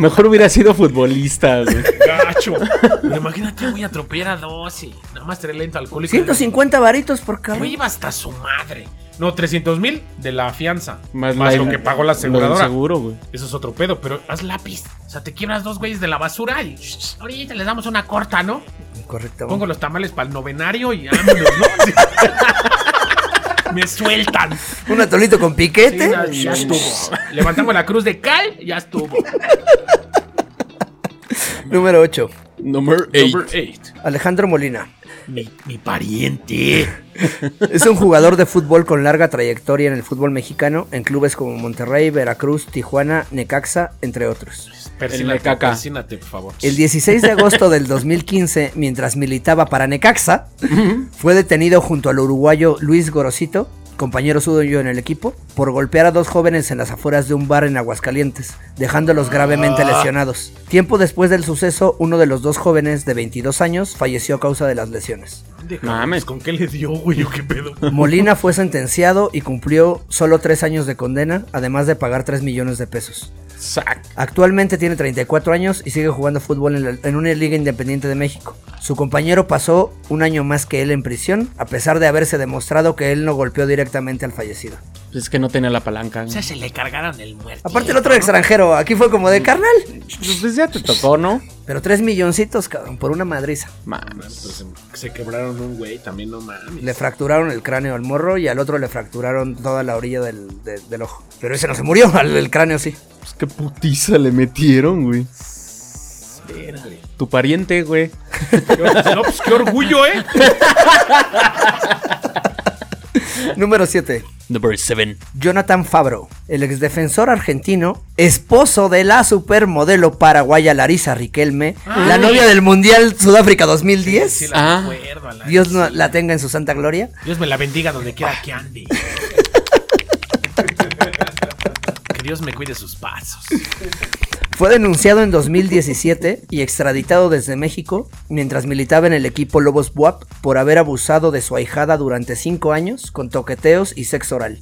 S5: Mejor hubiera sido futbolista, güey.
S8: Gacho. Pero imagínate, voy a atropellar a dos y nada más traer lento alcohólico.
S2: 150 varitos por cada.
S8: Güey, iba hasta su madre. No, 300 mil de la fianza. Más,
S5: la-
S8: lo que pagó la
S5: lo del
S8: aseguradora.
S5: seguro, güey.
S8: Eso es otro pedo, pero haz lápiz. O sea, te quiebras dos güeyes de la basura y shh, ahorita les damos una corta, ¿no?
S2: Correcto.
S8: Pongo los tamales para el novenario y vámonos, ¿no? Sí. Me sueltan.
S2: Un atolito con piquete.
S8: Sí, ya, ya estuvo. Levantamos la cruz de cal, ya estuvo.
S2: Número 8.
S5: Número
S8: Number eight.
S2: Alejandro Molina.
S8: Mi, mi pariente.
S2: Es un jugador de fútbol con larga trayectoria en el fútbol mexicano, en clubes como Monterrey, Veracruz, Tijuana, Necaxa, entre otros.
S8: Persínate,
S5: caca.
S8: persínate, por favor.
S2: El 16 de agosto del 2015, mientras militaba para Necaxa, fue detenido junto al uruguayo Luis Gorosito compañero suyo en el equipo, por golpear a dos jóvenes en las afueras de un bar en Aguascalientes, dejándolos
S8: Ah.
S2: gravemente lesionados. Tiempo después del suceso, uno de los dos jóvenes de 22 años falleció a causa de las lesiones.
S5: Mames.
S8: ¿Con qué le dio, güey? ¿O qué pedo?
S2: Molina fue sentenciado y cumplió solo tres años de condena, además de pagar 3 millones de pesos.
S5: Sac.
S2: Actualmente tiene 34 años y sigue jugando fútbol en, la- en una liga independiente de México. Su compañero pasó un año más que él en prisión, a pesar de haberse demostrado que él no golpeó directamente al fallecido.
S5: Pues Es que no tenía la palanca.
S10: O sea, se le cargaron el muerto.
S2: Aparte el otro extranjero, aquí fue como de carnal.
S5: Pues ya te tocó, ¿no?
S2: Pero 3 milloncitos, cabrón, por una madriza.
S5: Mames.
S6: Pues, se quebraron un güey, también no mames.
S2: Le fracturaron el cráneo al morro y al otro le fracturaron toda la orilla del, de- del ojo. Pero ese no se murió, al del cráneo sí.
S5: Pues qué putiza le metieron, güey. Tu pariente, güey.
S8: No, pues qué orgullo, ¿eh?
S2: Número 7.
S1: Number 7.
S2: Jonathan Fabro, el exdefensor argentino, esposo de la supermodelo paraguaya Larisa Riquelme, la novia del Mundial Sudáfrica 2010.
S5: Ah.
S10: Recuerdo a la-
S2: Dios no- la tenga en su santa gloria.
S10: Dios me la bendiga donde quiera que ande. que Dios me cuide sus pasos.
S2: Fue denunciado en 2017 y extraditado desde México mientras militaba en el equipo Lobos Buap por haber abusado de su ahijada durante 5 años con toqueteos y sexo oral.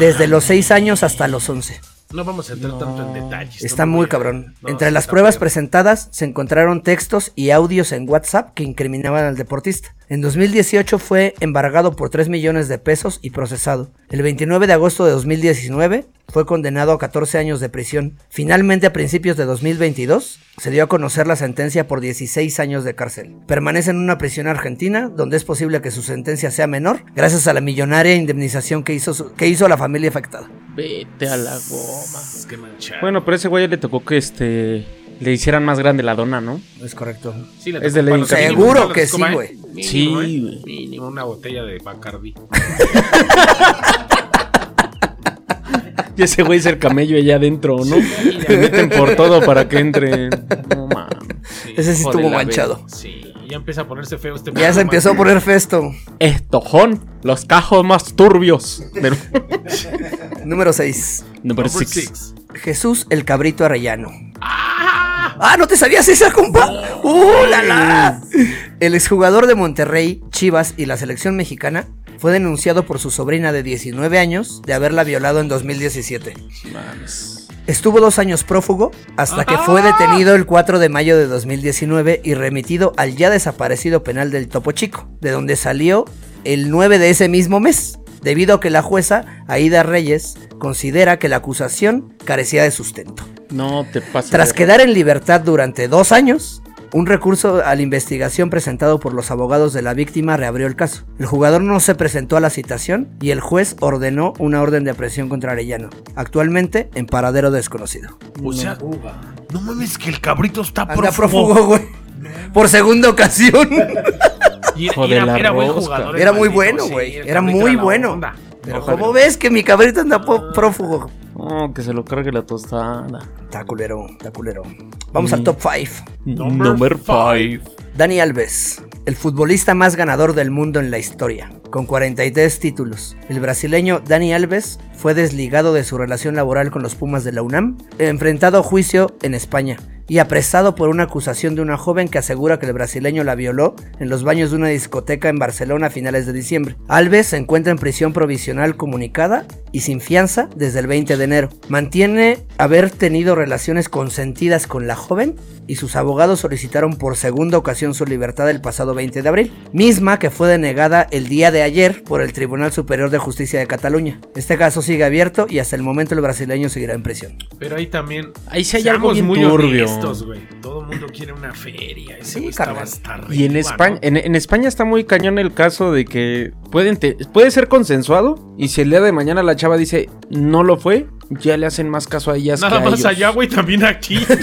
S2: Desde los 6 años hasta los 11.
S10: No vamos a entrar tanto en detalles.
S2: Está
S10: no me
S2: muy
S10: voy a-
S2: cabrón.
S10: No,
S2: Entre
S10: sí
S2: las
S10: está
S2: pruebas
S10: feo.
S2: presentadas se encontraron textos y audios en WhatsApp que incriminaban al deportista. En 2018 fue embargado por 3 millones de pesos y procesado. El 29 de agosto de 2019 fue condenado a 14 años de prisión. Finalmente, a principios de 2022, se dio a conocer la sentencia por 16 años de cárcel. Permanece en una prisión argentina, donde es posible que su sentencia sea menor, gracias a la millonaria indemnización que hizo, su- que hizo la familia afectada.
S5: Vete a la
S10: Oh,
S5: goma. Bueno, pero ese güey le tocó que este le hicieran más grande la dona, ¿no?
S2: Es correcto.
S6: Sí, le
S5: Es
S6: tocó
S5: de ley.
S6: para los amigos,
S2: Seguro
S6: para los
S2: que
S6: escoba,
S2: sí,
S6: ¿eh?
S2: güey.
S6: Mínimo,
S5: Sí,
S6: ¿eh?
S5: güey.
S6: Mínimo una botella de Bacardi.
S5: Y ese güey es el camello allá adentro, ¿no? Le meten por todo para que entre. No mames.
S2: Ese sí
S5: Hijo
S2: estuvo
S5: de la
S2: manchado.
S10: Sí, ya empieza a ponerse feo este
S2: Ya se empezó a poner festo.
S5: Estojón, Eh, los cajos más turbios. Del...
S2: Número 6.
S5: Number
S6: Number
S5: six.
S6: six.
S2: Jesús el Cabrito Arellano. ¡Ah! ¿No te sabías esa, compa? ¡Uh, la, la! El exjugador de Monterrey, Chivas y la selección mexicana fue denunciado por su sobrina de 19 años de haberla violado en 2017. Estuvo dos años prófugo hasta que fue detenido el 4 de mayo de 2019 y remitido al ya desaparecido penal del Topo Chico, de donde salió el 9 de ese mismo mes, debido a que la jueza Aida Reyes considera que la acusación carecía de sustento.
S5: No te pases.
S2: Tras
S5: de-
S2: quedar en libertad durante dos años, un recurso a la investigación presentado por los abogados de la víctima reabrió el caso. El jugador no se presentó a la citación y el juez ordenó una orden de presión contra Arellano, actualmente en paradero desconocido.
S10: O sea, no mames que el cabrito está
S2: Anda
S10: prófugo.
S2: prófugo, güey. Por segunda ocasión.
S10: Y era,
S5: Hijo de
S10: era-
S5: la
S10: era buen
S5: rosca.
S10: jugador. el
S2: Era muy
S10: maldito,
S2: bueno,
S10: sí,
S2: güey.
S10: el
S2: Era
S10: cabrito
S2: muy
S10: la
S2: bueno.
S10: onda.
S2: Pero ¿cómo ves que mi cabrito anda po- prófugo?
S5: No, que se lo cargue la tostada.
S2: Está culero, está culero. Vamos al top 5.
S5: Number 5.
S2: Dani Alves, el futbolista más ganador del mundo en la historia, con 43 títulos. El brasileño Dani Alves fue desligado de su relación laboral con los Pumas de la UNAM, enfrentado a juicio en España y apresado por una acusación de una joven que asegura que el brasileño la violó en los baños de una discoteca en Barcelona a finales de diciembre. Alves se encuentra en prisión provisional comunicada y sin fianza desde el 20 de enero. Mantiene haber tenido relaciones consentidas con la joven y sus abogados solicitaron por segunda ocasión su libertad el pasado 20 de abril, misma que fue denegada el día de ayer por el Tribunal Superior de Justicia de Cataluña. Este caso sigue abierto y hasta el momento el brasileño seguirá en prisión.
S6: Pero ahí también.
S5: Ahí sí hay algo
S6: Seamos
S5: bien
S6: muy
S5: turbio.
S6: honestos, güey. Todo el mundo quiere una feria. Ese
S2: Sí,
S6: güey estaba
S2: carnal.
S6: hasta
S5: Y en
S6: arriba,
S5: España,
S6: ¿no?
S5: en, en España está muy cañón el caso de que pueden te- puede ser consensuado y si el día de mañana la chava dice no lo fue, ya le hacen más caso a ellas
S8: Nada
S5: que a
S8: más
S5: ellos.
S8: allá, güey, también aquí.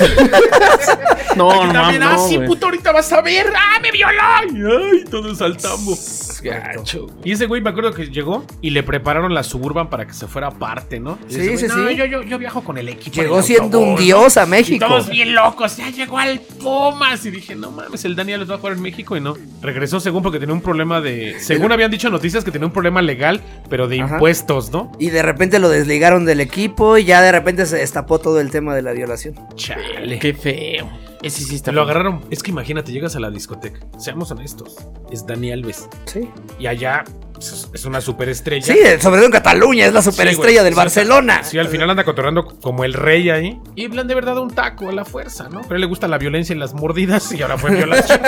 S5: No, no,
S8: También,
S5: no,
S8: ah, sí,
S5: güey.
S8: puto, ahorita vas a ver. ¡Ah, me violó!
S6: Ay, todos saltamos.
S2: Gacho.
S6: Y ese güey me acuerdo que llegó y le prepararon la suburban para que se fuera aparte, ¿no? Y
S2: Sí,
S6: ese güey,
S2: sí,
S6: "No,
S2: sí.
S6: Yo, yo, yo viajo con el equipo. en
S2: Llegó
S6: el
S2: siendo un
S6: autobús".
S2: dios a
S6: Y
S2: México.
S6: todos bien locos, ya llegó al Pumas. Y dije, no mames, el Daniel los va a jugar en México y no. Regresó según porque tenía un problema de. Según habían dicho en noticias que tenía un problema legal, pero de
S2: Ajá.
S6: impuestos, ¿no?
S2: Y de repente lo desligaron del equipo y ya de repente se destapó todo el tema de la violación.
S6: Chale.
S1: Qué feo. Ese sí está
S6: Lo
S1: feo.
S6: agarraron. Es que imagínate, llegas a la discoteca. Seamos honestos. Es Dani Alves.
S2: Sí.
S6: Y allá pues, es una superestrella.
S2: Sí, sobre todo en Cataluña, es la superestrella
S6: güey,
S2: del
S6: sí,
S2: Barcelona.
S6: Sí, al final anda cotorrando como el rey ahí. Y le han de verdad un taco a la fuerza, ¿no? Pero a él le gusta la violencia y las mordidas y ahora fue violación.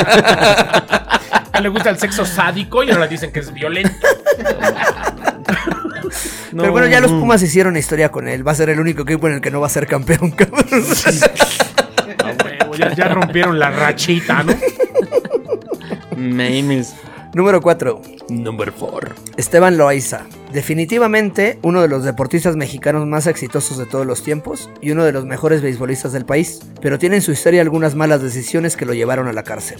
S6: a él le gusta el sexo sádico y ahora dicen que es violento.
S2: Pero bueno, ya los Pumas hicieron historia con él. Va a ser el único equipo en el que no va a ser campeón, cabrón.
S6: Ah, huevo, ya, ya rompieron la rachita, ¿no?
S1: Memes.
S2: Número 4.
S3: Number 4.
S2: Esteban Loaiza. Definitivamente uno de los deportistas mexicanos más exitosos de todos los tiempos y uno de los mejores beisbolistas del país, pero tiene en su historia algunas malas decisiones que lo llevaron a la cárcel.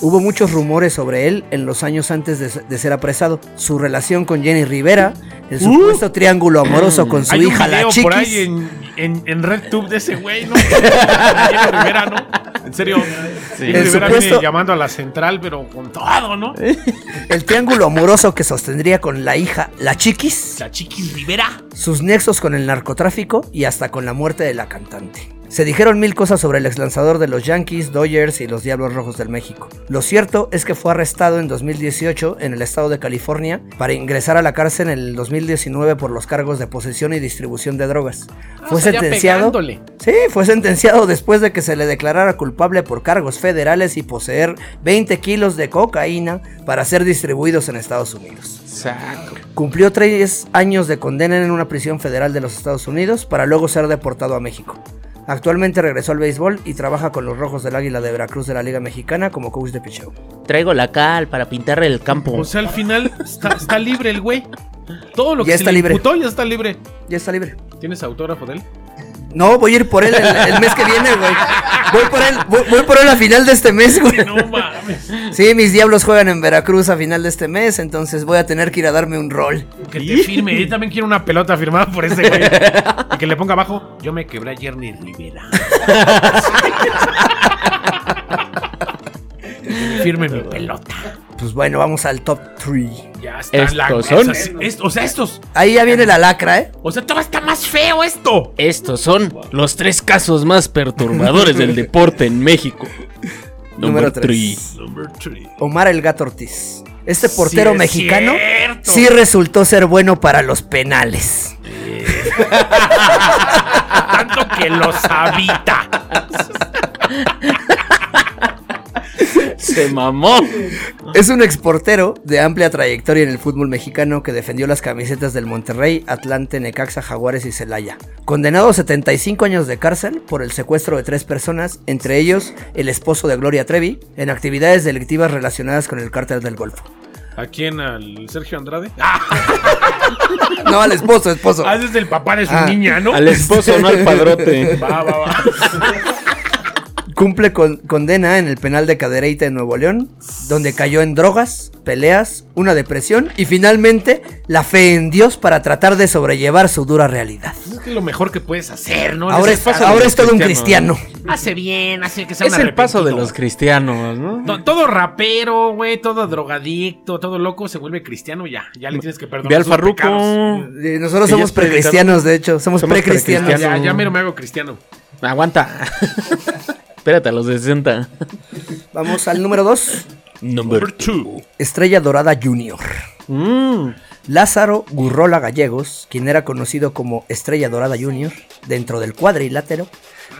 S2: Hubo muchos rumores sobre él en los años antes de, de ser apresado. Su relación con Jenny Rivera, el supuesto triángulo amoroso con su
S6: Uh. Hay
S2: hija
S6: un
S2: la
S6: video
S2: chiquis.
S6: por ahí en, en, en RedTube de ese güey, ¿no? Diego Rivera, ¿no? En serio. Diego
S2: El
S6: Rivera
S2: supuesto- Eh.
S6: viene llamando a la central, pero con todo, ¿no?
S2: El triángulo amoroso que sostendría con la hija la chiquis.
S6: La chiquis Rivera.
S2: sus nexos con el narcotráfico y hasta con la muerte de la cantante. Se dijeron mil cosas sobre el exlanzador de los Yankees, Dodgers y los Diablos Rojos del México. Lo cierto es que fue arrestado en 2018 en el estado de California para ingresar a la cárcel en el 2019 por los cargos de posesión y distribución de drogas. Fue sentenciado. Sí, fue sentenciado después de que se le declarara culpable por cargos federales y poseer 20 kilos de cocaína para ser distribuidos en Estados Unidos. Cumplió tres años de condena en una prisión federal de los Estados Unidos para luego ser deportado a México. Actualmente regresó al béisbol y trabaja con los Rojos del Águila de Veracruz de la Liga Mexicana como coach de picheo.
S11: Traigo la cal para pintarle el campo.
S6: O sea, al final está, está libre el güey. Todo lo que
S2: Ya
S6: se
S2: está
S6: le
S2: libre.
S6: imputó ya está libre.
S2: Ya está libre.
S6: ¿Tienes autógrafo de él?
S2: No, voy a ir por él el, el mes que viene, güey. Voy por él, voy, voy por él a final de este mes, güey.
S6: No mames.
S2: Sí, mis diablos juegan en Veracruz a final de este mes, entonces voy a tener que ir a darme un rol.
S6: Que te firme. Yo también quiero una pelota firmada por ese güey. Y que le ponga abajo. Yo me quebré a Jerry Rivera. Firme mi pelota.
S2: Pues bueno, vamos al top 3.
S6: Ya está.
S1: Estos
S6: la-
S1: son-
S6: esas- est- o sea, estos.
S2: Ahí ya viene la lacra, ¿eh?
S6: O sea, todo está más feo esto.
S1: Estos son los tres casos más perturbadores del deporte en México.
S2: Número
S1: Number
S2: 3.
S6: Number three.
S2: Omar el Gato Ortiz. Este portero
S6: es
S2: mexicano
S6: cierto.
S2: sí resultó ser bueno para los penales.
S6: Tanto que los habita.
S1: Se mamó.
S2: Es un exportero de amplia trayectoria en el fútbol mexicano que defendió las camisetas del Monterrey, Atlante, Necaxa, Jaguares y Celaya. Condenado a 75 años de cárcel por el secuestro de tres personas, entre ellos el esposo de Gloria Trevi, en actividades delictivas relacionadas con el cártel del Golfo.
S6: ¿A quién? ¿Al Sergio Andrade?
S2: No, al esposo, esposo.
S6: Ah, ese es el papá de su
S2: Ah.
S6: niña, ¿no?
S5: Al esposo, no al padrote.
S6: Va, va, va.
S2: Cumple con- condena en el penal de Cadereyta en Nuevo León, donde cayó en drogas, peleas, una depresión y finalmente la fe en Dios para tratar de sobrellevar su dura realidad.
S6: Es que es lo mejor que puedes hacer, ¿no?
S2: ahora es, ahora es todo un cristiano.
S6: Hace bien, hace que sea
S1: Es
S6: un
S1: el paso de
S6: arrepentido.
S1: los cristianos, ¿no?
S6: To- todo rapero, güey, todo drogadicto, todo loco se vuelve cristiano ya. Ya le tienes que perdonar.
S1: Ve al
S6: sus pecados.
S5: Ah.
S1: farruco.
S2: Eh, Nosotros
S5: Ella
S2: somos
S5: es predicadora.
S2: precristianos, de hecho, somos
S5: Somos
S2: precristianos.
S6: Ya, ya mero me hago cristiano.
S1: Aguanta. Espérate a los 60.
S2: Vamos al número 2,
S1: Number 2.
S2: Estrella Dorada Junior. Lázaro Gurrola Gallegos, quien era conocido como Estrella Dorada Junior dentro del cuadrilátero,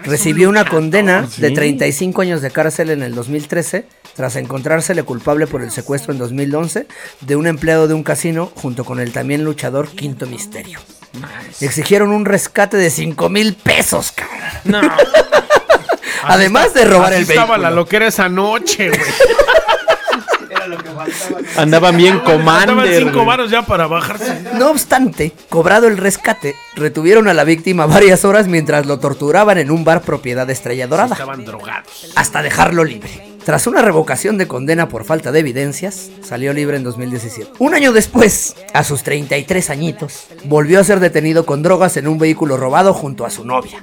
S2: recibió una condena de 35 años de cárcel en el 2013 tras encontrársele culpable por el secuestro en 2011 de un empleado de un casino junto con el también luchador Quinto Misterio. Exigieron un rescate de 5 mil pesos, cabrón. Además de robar
S6: Así
S2: el
S6: estaba la
S2: vehículo.
S6: loquera esa noche, güey.
S12: lo que faltaba.
S5: Andaba bien
S6: Estaban
S5: commander.
S6: cinco
S5: güey.
S6: varos ya para bajarse.
S2: No obstante, cobrado el rescate, retuvieron a la víctima varias horas mientras lo torturaban en un bar propiedad de Estrella Dorada.
S6: Estaban drogados.
S2: hasta dejarlo libre. Tras una revocación de condena por falta de evidencias, salió libre en 2017. Un año después, a sus 33 añitos, volvió a ser detenido con drogas en un vehículo robado junto a su novia.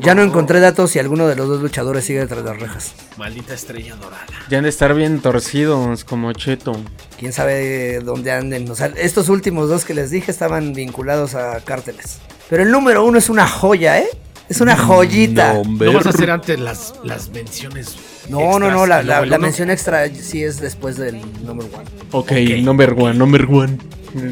S2: Ya no encontré datos si alguno de los dos luchadores sigue detrás de las rejas.
S6: Maldita estrella dorada.
S5: Ya han de estar bien torcidos, como cheto.
S2: Quién sabe dónde anden. O sea, estos últimos dos que les dije estaban vinculados a cárteles. Pero el número uno es una joya, ¿eh? Es
S6: Mm,
S2: una joyita.
S6: No vas a hacer antes las, las menciones.
S2: No, no,
S6: extras
S2: no, la, la-
S6: y luego el
S2: la
S6: uno.
S2: mención extra sí es después del number one.
S5: Ok, number one, number one.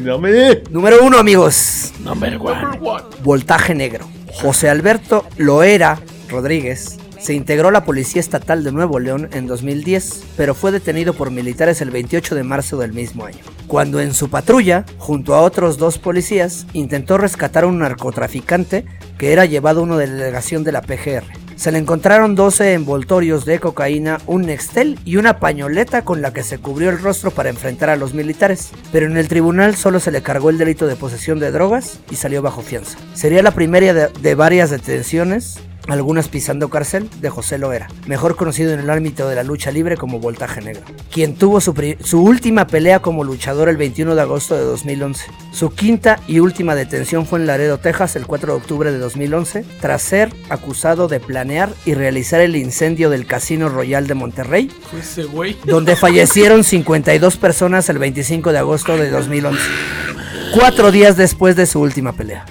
S5: Dame.
S2: Número uno, amigos.
S5: Number one.
S2: Voltaje Negro. José Alberto Loera Rodríguez se integró a la Policía Estatal de Nuevo León en 2010, pero fue detenido por militares el 28 de marzo del mismo año, cuando en su patrulla, junto a otros dos policías, intentó rescatar a un narcotraficante que era llevado a una delegación de la PGR. Se le encontraron 12 envoltorios de cocaína, un Nextel y una pañoleta con la que se cubrió el rostro para enfrentar a los militares, pero en el tribunal solo se le cargó el delito de posesión de drogas y salió bajo fianza. Sería la primera de, de varias detenciones, algunas pisando cárcel, de José Loera, mejor conocido en el ámbito de la lucha libre como Voltaje Negro, quien tuvo su, pri- su última pelea como luchador el 21 de agosto de 2011. Su quinta y última detención fue en Laredo, Texas, el 4 de octubre de 2011, tras ser acusado de planear y realizar el incendio del Casino Royal de Monterrey,
S6: Fue ese güey.
S2: donde fallecieron 52 personas el 25 de agosto de 2011, cuatro días después de su última pelea.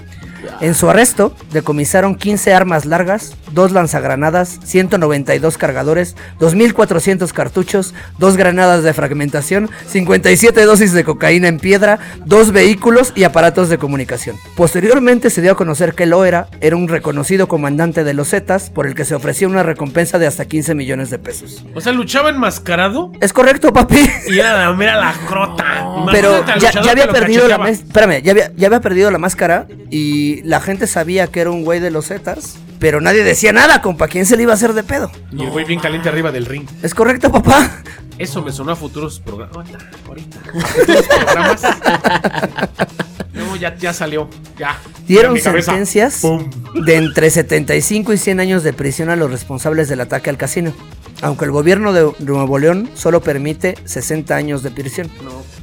S2: En su arresto, decomisaron 15 armas largas, 2 lanzagranadas, 192 cargadores, 2.400 cartuchos, 2 granadas de fragmentación, 57 dosis de cocaína en piedra, 2 vehículos y aparatos de comunicación. Posteriormente se dio a conocer que Loera era un reconocido comandante de los Zetas por el que se ofrecía una recompensa de hasta 15 millones de pesos.
S6: O sea, luchaba enmascarado
S2: ¿Es correcto, papi?
S6: y era la mira la crota.
S2: Pero
S6: Imagínate al
S2: ya,
S6: luchador
S2: ya había
S6: que lo
S2: perdido la
S6: cacheteaba.
S2: máscara. Espérame, ya había, ya había perdido la máscara y la gente sabía que era un güey de los Zetas, pero nadie decía nada, compa. ¿Quién se le iba a hacer de pedo?
S6: Y el güey bien caliente arriba del ring.
S2: ¿Es correcto, papá?
S6: Eso me sonó a futuros programas. Ahorita, ahorita. Futuros programas. No, ya, ya salió. Ya.
S2: Dieron
S6: Mi cabeza.
S2: sentencias
S6: Pum.
S2: de entre 75 y 100 años de prisión a los responsables del ataque al casino. Aunque el gobierno de Nuevo León solo permite 60 años de prisión.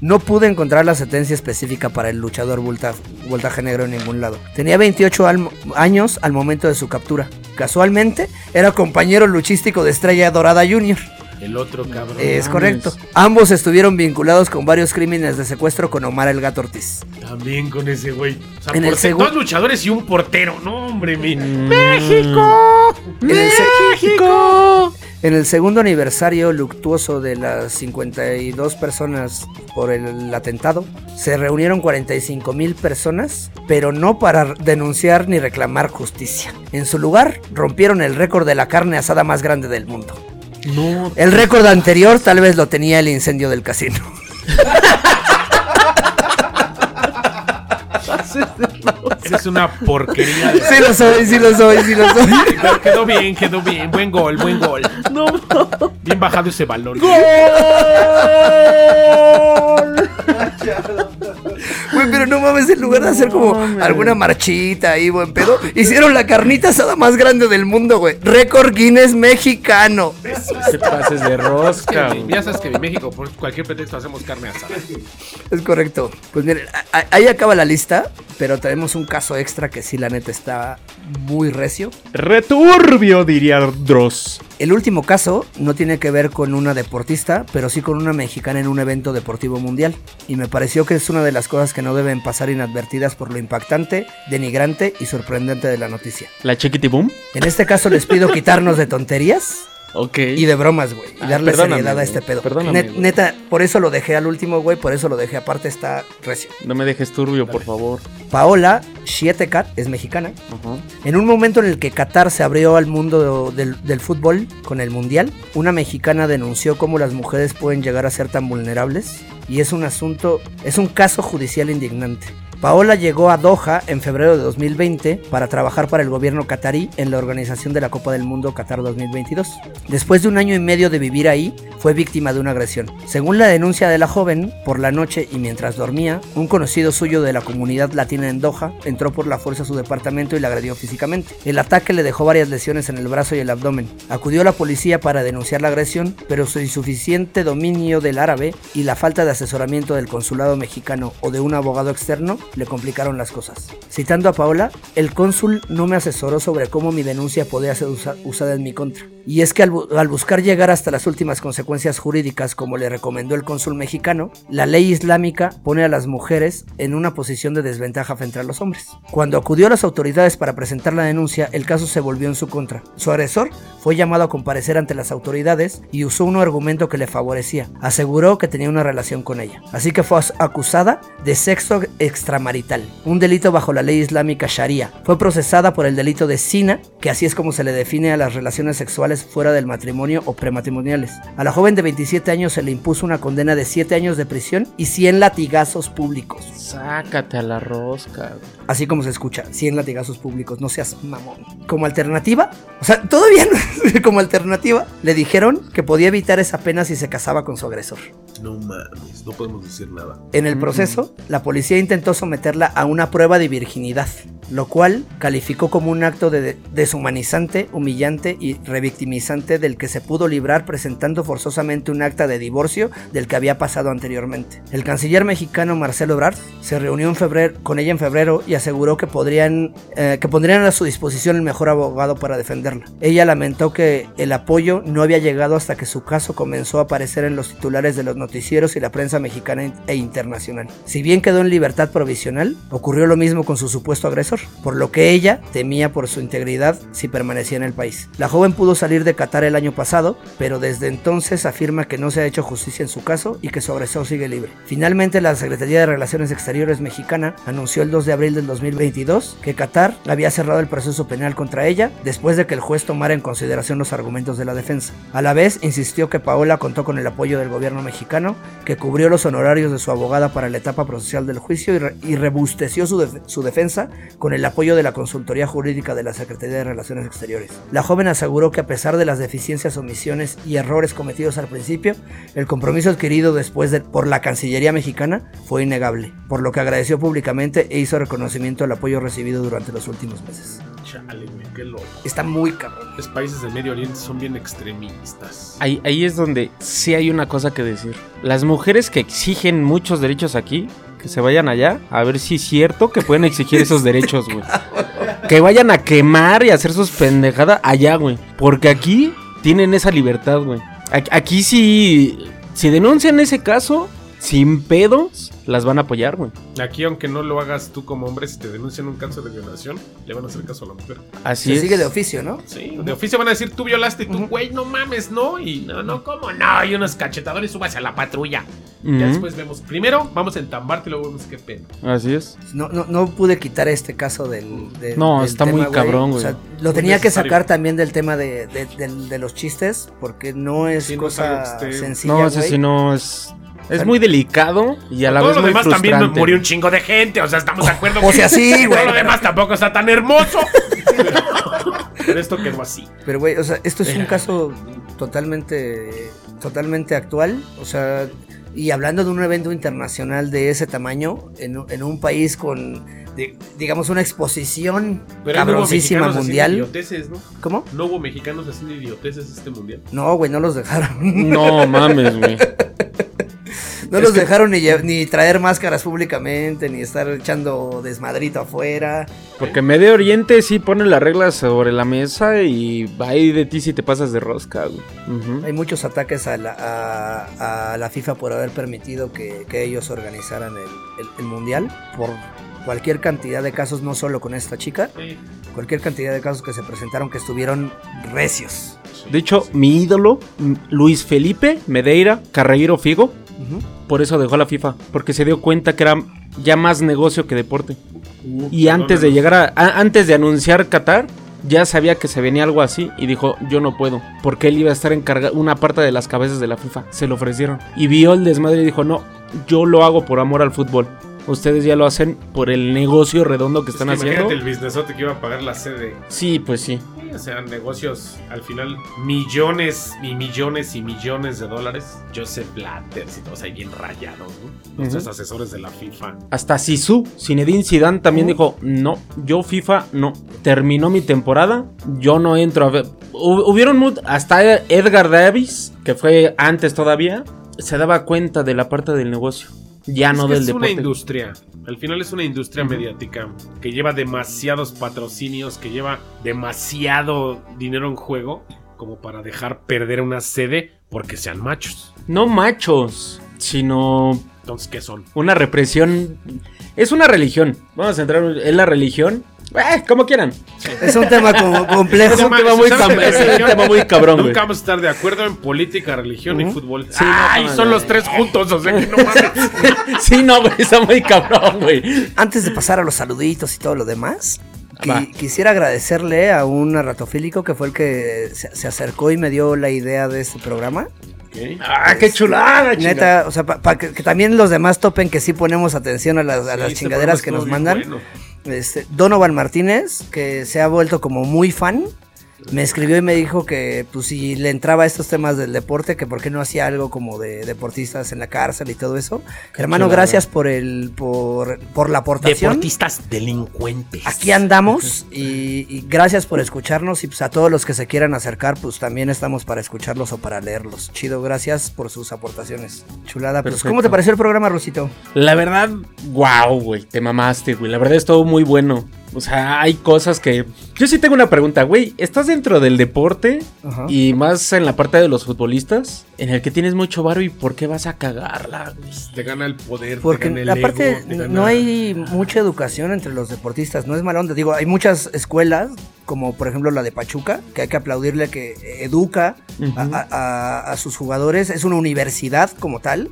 S2: No, pude encontrar la sentencia específica para el luchador volta- voltaje negro en ningún lado. Tenía 28 al- años al momento de su captura. Casualmente, era compañero luchístico de Estrella Dorada Jr.
S6: El otro cabrón.
S2: Es correcto. Ambos estuvieron vinculados con varios crímenes de secuestro con Omar el Gato Ortiz.
S6: También con ese güey. O sea,
S2: En el
S6: porte-
S2: segun-
S6: dos luchadores y un portero. No, hombre, mi.
S2: En el se- En el segundo aniversario luctuoso de las 52 personas por el atentado, se reunieron 45 mil personas, pero no para denunciar ni reclamar justicia. En su lugar, rompieron el récord de la carne asada más grande del mundo. El récord anterior tal vez lo tenía el incendio del casino.
S6: Esa es una porquería. de-
S2: Sí lo soy, sí lo soy, sí lo soy.
S6: Pero quedó bien, quedó bien. Buen gol, buen gol. No, Bien bajado ese balón.
S2: Güey, pero no mames, en lugar de hacer como alguna marchita ahí, buen pedo, hicieron la carnita asada más grande del mundo, güey. Récord Guinness mexicano.
S5: Te pases de rosca, güey.
S6: Ya sabes que en México, por cualquier pretexto, hacemos carne asada.
S2: Es correcto. Pues miren, a- a- ahí acaba la lista, pero tenemos un caso extra que sí, la neta, está muy recio.
S5: Returbio, diría Dross.
S2: El último caso no tiene que ver con una deportista, pero sí con una mexicana en un evento deportivo mundial. Y me pareció que es una de las cosas que no deben pasar inadvertidas por lo impactante, denigrante y sorprendente de la noticia.
S1: ¿La chiquitiboom?
S2: En este caso les pido quitarnos de tonterías
S1: Ok.
S2: y de bromas, güey. Y
S1: Ah,
S2: darle
S1: perdóname,
S2: seriedad a
S1: güey,
S2: este pedo.
S1: perdóname,
S2: Net-
S1: güey.
S2: neta, por eso lo dejé al último, güey. Por eso lo dejé aparte, está recio.
S1: No me dejes turbio, por favor.
S2: Paola Sietecat es mexicana. En un momento en el que Qatar se abrió al mundo del, del fútbol con el Mundial, una mexicana denunció cómo las mujeres pueden llegar a ser tan vulnerables y es un asunto, es un caso judicial indignante. Paola llegó a Doha en febrero de 2020 para trabajar para el gobierno qatarí en la organización de la Copa del Mundo Qatar 2022. Después de un año y medio de vivir ahí, fue víctima de una agresión. Según la denuncia de la joven, por la noche y mientras dormía, un conocido suyo de la comunidad latina en Doha entró por la fuerza a su departamento y la agredió físicamente. El ataque le dejó varias lesiones en el brazo y el abdomen. Acudió la policía para denunciar la agresión, pero su insuficiente dominio del árabe y la falta de asesoramiento del consulado mexicano o de un abogado externo le complicaron las cosas. Citando a Paola, el cónsul no me asesoró sobre cómo mi denuncia podía ser usa- usada en mi contra. Y es que al, bu- al buscar llegar hasta las últimas consecuencias jurídicas, como le recomendó el cónsul mexicano, la ley islámica pone a las mujeres en una posición de desventaja frente a los hombres. Cuando acudió a las autoridades para presentar la denuncia, el caso se volvió en su contra. Su agresor fue llamado a comparecer ante las autoridades y usó un argumento que le favorecía. Aseguró que tenía una relación con ella. Así que fue as- acusada de sexo extramarital, un delito bajo la ley islámica sharia. Fue procesada por el delito de zina, que así es como se le define a las relaciones sexuales fuera del matrimonio o prematrimoniales. A la joven de 27 años se le impuso una condena de 7 años de prisión y 100 latigazos públicos.
S5: Sácate a la rosca. güey.
S2: Así como se escucha, 100 latigazos públicos, no seas mamón. Como alternativa, o sea, todavía no, como alternativa, le dijeron que podía evitar esa pena si se casaba con su agresor.
S8: No mames, no podemos decir nada.
S2: En el proceso, la policía intentó someterla a una prueba de virginidad, lo cual calificó como un acto de de- deshumanizante, humillante y revictimizante del que se pudo librar presentando forzosamente un acta de divorcio del que había pasado anteriormente. El canciller mexicano Marcelo Ebrard se reunió en febrero, con ella en febrero y aseguró que, podrían, eh, que pondrían a su disposición el mejor abogado para defenderla. Ella lamentó que el apoyo no había llegado hasta que su caso comenzó a aparecer en los titulares de los noticieros y la prensa mexicana e internacional. Si bien quedó en libertad provisional, ocurrió lo mismo con su supuesto agresor, por lo que ella temía por su integridad si permanecía en el país. La joven pudo salir de Qatar el año pasado, pero desde entonces afirma que no se ha hecho justicia en su caso y que su agresor sigue libre. Finalmente, la Secretaría de Relaciones Exteriores mexicana anunció el 2 de abril del 2022 que Qatar había cerrado el proceso penal contra ella después de que el juez tomara en consideración los argumentos de la defensa. A la vez, insistió que Paola contó con el apoyo del gobierno mexicano, que cubrió los honorarios de su abogada para la etapa procesal del juicio y, re- y rebusteció su, def- su defensa con el apoyo de la consultoría jurídica de la Secretaría de Relaciones Exteriores. La joven aseguró que a pesar de las deficiencias, omisiones y errores cometidos al principio, el compromiso adquirido después de- por la Cancillería mexicana fue innegable, por lo que agradeció públicamente e hizo reconocimiento al apoyo recibido durante los últimos meses.
S8: Chale, güey, qué loco.
S2: Está muy cabrón.
S8: Los países del Medio Oriente son bien extremistas.
S5: Ahí, ahí es donde sí hay una cosa que decir. Las mujeres que exigen muchos derechos aquí, que se vayan allá, a ver si es cierto que pueden exigir esos derechos, güey. Que vayan a quemar y a hacer sus pendejadas allá, güey. Porque aquí tienen esa libertad, güey. Ac- Aquí sí, si denuncian ese caso, sin pedos, las van a apoyar, güey.
S6: Aquí, aunque no lo hagas tú como hombre, si te denuncian un caso de violación, le van a hacer caso a la mujer.
S5: Así
S2: Se
S5: es.
S2: sigue de oficio, ¿no?
S6: Sí, de oficio van a decir, tú violaste y tú, güey, no mames, no. Y no, no, ¿cómo no? Y unos cachetadores, súbase a la patrulla.
S5: Ujú,
S6: Ya después vemos. Primero, vamos a entambarte y luego vemos qué pena.
S5: Así es.
S2: No, no, no pude quitar este caso del. de-
S5: No,
S2: del
S5: está muy cabrón, güey.
S2: lo tenía que
S6: necesario.
S2: sacar también del tema de, de- del- de los chistes, porque no es
S6: Sí, no es algo
S2: cosa
S6: que esté-
S2: sencilla.
S5: No, ese
S2: güey.
S5: sí no es. Es muy delicado y a la
S6: Todo
S5: vez
S6: lo
S5: muy
S6: demás
S5: frustrante. Oh,
S6: también murió un chingo de gente, o sea, estamos de acuerdo.
S2: O sea, sí,
S6: Todo
S2: güey.
S6: lo demás tampoco está tan hermoso. Pero esto quedó así.
S2: Pero, güey, o sea, esto es un caso totalmente, totalmente actual. O sea, y hablando de un evento internacional de ese tamaño, en, un- en un país con, di- digamos, una exposición
S6: ahí no hubo
S2: cabrosísima
S6: mexicanos haciendo
S2: mundial.
S6: idioteces, ¿no?
S2: ¿Cómo?
S6: No hubo mexicanos haciendo idioteces este mundial.
S2: No, güey, no los dejaron.
S5: No mames, güey.
S2: No los dejaron ni, lle- ni traer máscaras públicamente, ni estar echando desmadrito afuera.
S5: Porque Medio Oriente sí pone las reglas sobre la mesa y va ahí de ti si te pasas de rosca, güey. Ujú.
S2: Hay muchos ataques a la, a- a la FIFA por haber permitido que, que ellos organizaran el, el- el Mundial por cualquier cantidad de casos, no solo con esta chica, cualquier cantidad de casos que se presentaron que estuvieron recios.
S5: De hecho, mi ídolo, M- Luis Felipe Medeira Carreiro Figo,
S2: Ujú.
S5: por eso dejó la FIFA. Porque se dio cuenta que era ya más negocio que deporte.
S6: Uh,
S5: Y antes de llegar a, a- antes de anunciar Qatar, ya sabía que se venía algo así y dijo, yo no puedo, porque él iba a estar encargado una parte de las cabezas de la FIFA, se lo ofrecieron. Y vio el desmadre y dijo, no, yo lo hago por amor al fútbol. Ustedes ya lo hacen por el negocio redondo que
S6: Es
S5: están
S6: que
S5: haciendo.
S6: Imagínate el businessote que iba a pagar la sede.
S5: Sí, pues sí.
S6: Sí, O sea, negocios al final millones y millones y millones de dólares. Joseph Blatters y todos ahí bien rayados, ¿no? Nuestros
S5: Ujú.
S6: asesores de la FIFA.
S5: Hasta Sisu, Zinedine Zidane también dijo, no, yo FIFA no, terminó mi temporada, yo no entro a ver. Hu- Hubieron mu- hasta Edgar Davis, que fue antes todavía, se daba cuenta de la parte del negocio, ya
S6: Es
S5: Ah, no
S6: que
S5: del
S6: es
S5: deporte.
S6: una industria. Al final es una industria mediática que lleva demasiados patrocinios, que lleva demasiado dinero en juego como para dejar perder una sede porque sean machos.
S5: No machos, sino
S6: Entonces, ¿qué son?
S5: una represión. Es una religión, vamos a entrar en la religión, Eh, como quieran.
S2: Es un tema como complejo.
S6: Es un tema
S5: tema
S6: muy
S5: muy
S6: ¿sabes
S5: cam-
S6: qué
S5: es un
S6: religión?
S5: tema muy cabrón, güey.
S6: Nunca vamos a estar de acuerdo en política, religión y fútbol.
S5: Sí, no,
S6: ¡Ay!
S5: no,
S6: son
S5: no,
S6: los
S5: no.
S6: tres juntos, o sea que no mames.
S5: sí, no, güey, está muy cabrón, güey.
S2: Antes de pasar a los saluditos y todo lo demás, qui-
S5: Va.
S2: quisiera agradecerle a un ratofílico que fue el que se, se acercó y me dio la idea de este programa.
S5: Ah, qué chulada, chingada.
S2: Neta, o sea, para que, que también los demás topen que sí ponemos atención a las, a las chingaderas que nos mandan. Este, Donovan Martínez, que se ha vuelto como muy fan, me escribió y me dijo que pues, si le entraba a estos temas del deporte, que por qué no hacía algo como de deportistas en la cárcel y todo eso. Hermano,
S5: chulada.
S2: gracias por el por, por la aportación.
S3: Deportistas delincuentes.
S2: Aquí andamos y, y gracias por escucharnos y pues a todos los que se quieran acercar, pues también estamos para escucharlos o para leerlos. Chido, gracias por sus aportaciones. Chulada. Pues, ¿Cómo te
S5: Perfecto.
S2: pareció el programa, Rosito?
S5: La verdad, wow, güey, te mamaste, güey. La verdad es todo muy bueno. O sea, hay cosas que... Yo sí tengo una pregunta, güey. ¿Estás dentro del deporte
S2: Ajá.
S5: y más en la parte de los futbolistas? En el que tienes mucho varo y por qué vas a cagarla, güey?
S6: Pues, Te gana el poder,
S2: Porque
S6: te gana el
S2: aparte
S6: ego, te gana-
S2: no hay mucha educación entre los deportistas, no es mal onda. Digo, hay muchas escuelas, como por ejemplo la de Pachuca, que hay que aplaudirle que educa a- a, a- a sus jugadores, es una universidad como tal.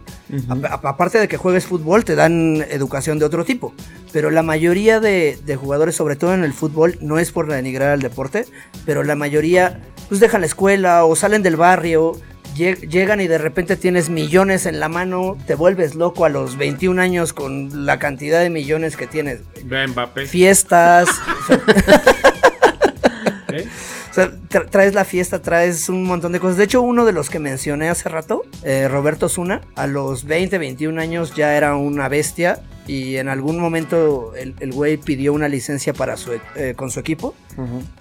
S2: A- a- Aparte de que juegues fútbol, te dan educación de otro tipo. Pero la mayoría de, de jugadores, sobre todo en el fútbol, no es por denigrar al deporte, pero la mayoría pues dejan la escuela o salen del barrio, lle- llegan y de repente tienes millones en la mano, te vuelves loco a los 21 años con la cantidad de millones que tienes.
S6: Ve a Mbappé.
S2: Fiestas,
S6: ¿eh?
S2: O sea, tra- traes la fiesta, traes un montón de cosas. De hecho, uno de los que mencioné hace rato, eh, Roberto Zuna, a los 20, 21 años ya era una bestia y en algún momento el el güey pidió una licencia para su, e- eh, con su equipo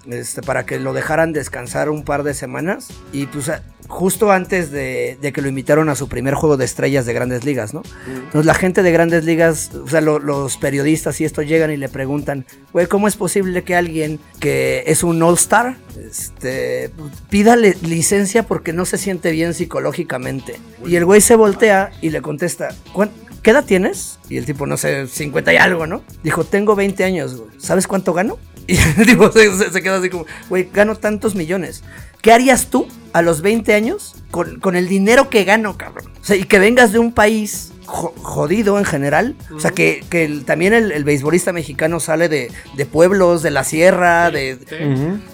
S2: este, para que lo dejaran descansar un par de semanas. Y pues a- justo antes de, de que lo invitaron a su primer juego de estrellas de grandes ligas, ¿no? Entonces la gente de grandes ligas, o sea, lo- los periodistas y esto llegan y le preguntan, güey, ¿cómo es posible que alguien que es un all-star este, pida le- licencia porque no se siente bien psicológicamente? Y el güey se voltea y le contesta, "¿Cuán- ¿Qué edad tienes? Y el tipo, no sé, 50 y algo, ¿no? Dijo, tengo 20 años, güey. ¿Sabes cuánto gano? Y el tipo se, se- se quedó así como, güey, gano tantos millones. ¿Qué harías tú a los 20 años con, con el dinero que gano, cabrón? O sea, y que vengas de un país jo- jodido en general. O sea, que, que el- también el, el beisbolista mexicano sale de, de pueblos, de la sierra, de...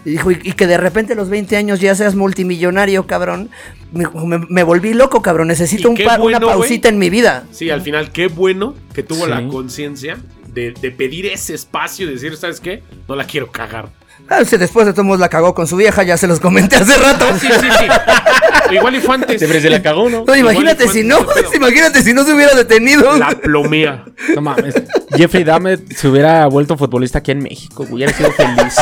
S2: Y dijo, y, y que de repente a los 20 años ya seas multimillonario, cabrón. Me, me- me volví loco, cabrón. Necesito
S6: Y
S2: un
S6: qué
S2: pa- una
S6: bueno, güey.
S2: pausita en mi vida.
S6: Sí, al final, qué bueno que tuvo
S5: Sí.
S6: la conciencia de, de pedir ese espacio y decir, ¿sabes qué? No la quiero cagar.
S2: Ah, si después de todos la cagó con su vieja, ya se los comenté hace rato.
S6: Ah, Sí, sí, sí. Igual y fue antes.
S5: Siempre se la cagó, ¿no?
S2: No, imagínate
S6: Igual y
S2: si no,
S6: cuánto pedo.
S2: imagínate si no se hubiera detenido.
S6: La plomea.
S5: No mames. Jeffrey Dahmer se hubiera vuelto futbolista aquí en México, güey. Hubiera sido feliz.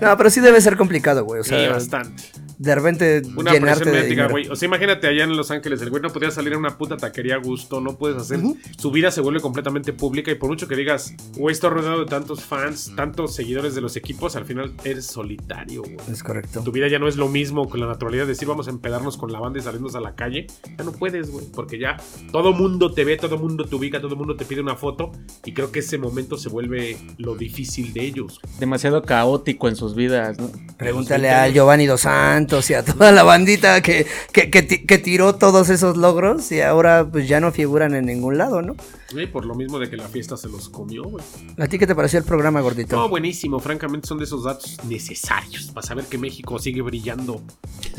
S2: No, pero sí debe ser complicado, güey. O
S6: Sí,
S2: sea,
S6: bastante.
S2: de repente
S6: Una
S2: llenarte
S6: presión
S2: de
S6: mediática,
S2: dinero.
S6: güey. O sea, imagínate allá en Los Ángeles, el güey no podía salir a una puta taquería a gusto, no puedes hacer. Su vida se vuelve completamente pública y por mucho que digas, güey, estoy rodeado de tantos fans, tantos seguidores de los equipos, al final eres solitario, güey.
S2: Es correcto.
S6: Tu vida ya no es lo mismo con la naturalidad de decir vamos a empedarnos con la banda y salirnos a la calle. Ya no puedes, güey, porque ya todo mundo te ve, todo mundo te ubica, todo mundo te pide una foto y creo que ese momento se vuelve lo difícil de ellos.
S5: Demasiado caótico en sus vidas, ¿no?
S2: Pregúntale a Giovanni Dos Santos y a toda la bandita que, que, que ti- que tiró todos esos logros y ahora pues ya no figuran en ningún lado, ¿no?
S6: Y por lo mismo de que la fiesta se los comió, güey.
S2: ¿A ti qué te pareció el programa,
S6: No,
S2: gordito?
S6: buenísimo, francamente son de esos datos necesarios para saber que México sigue brillando,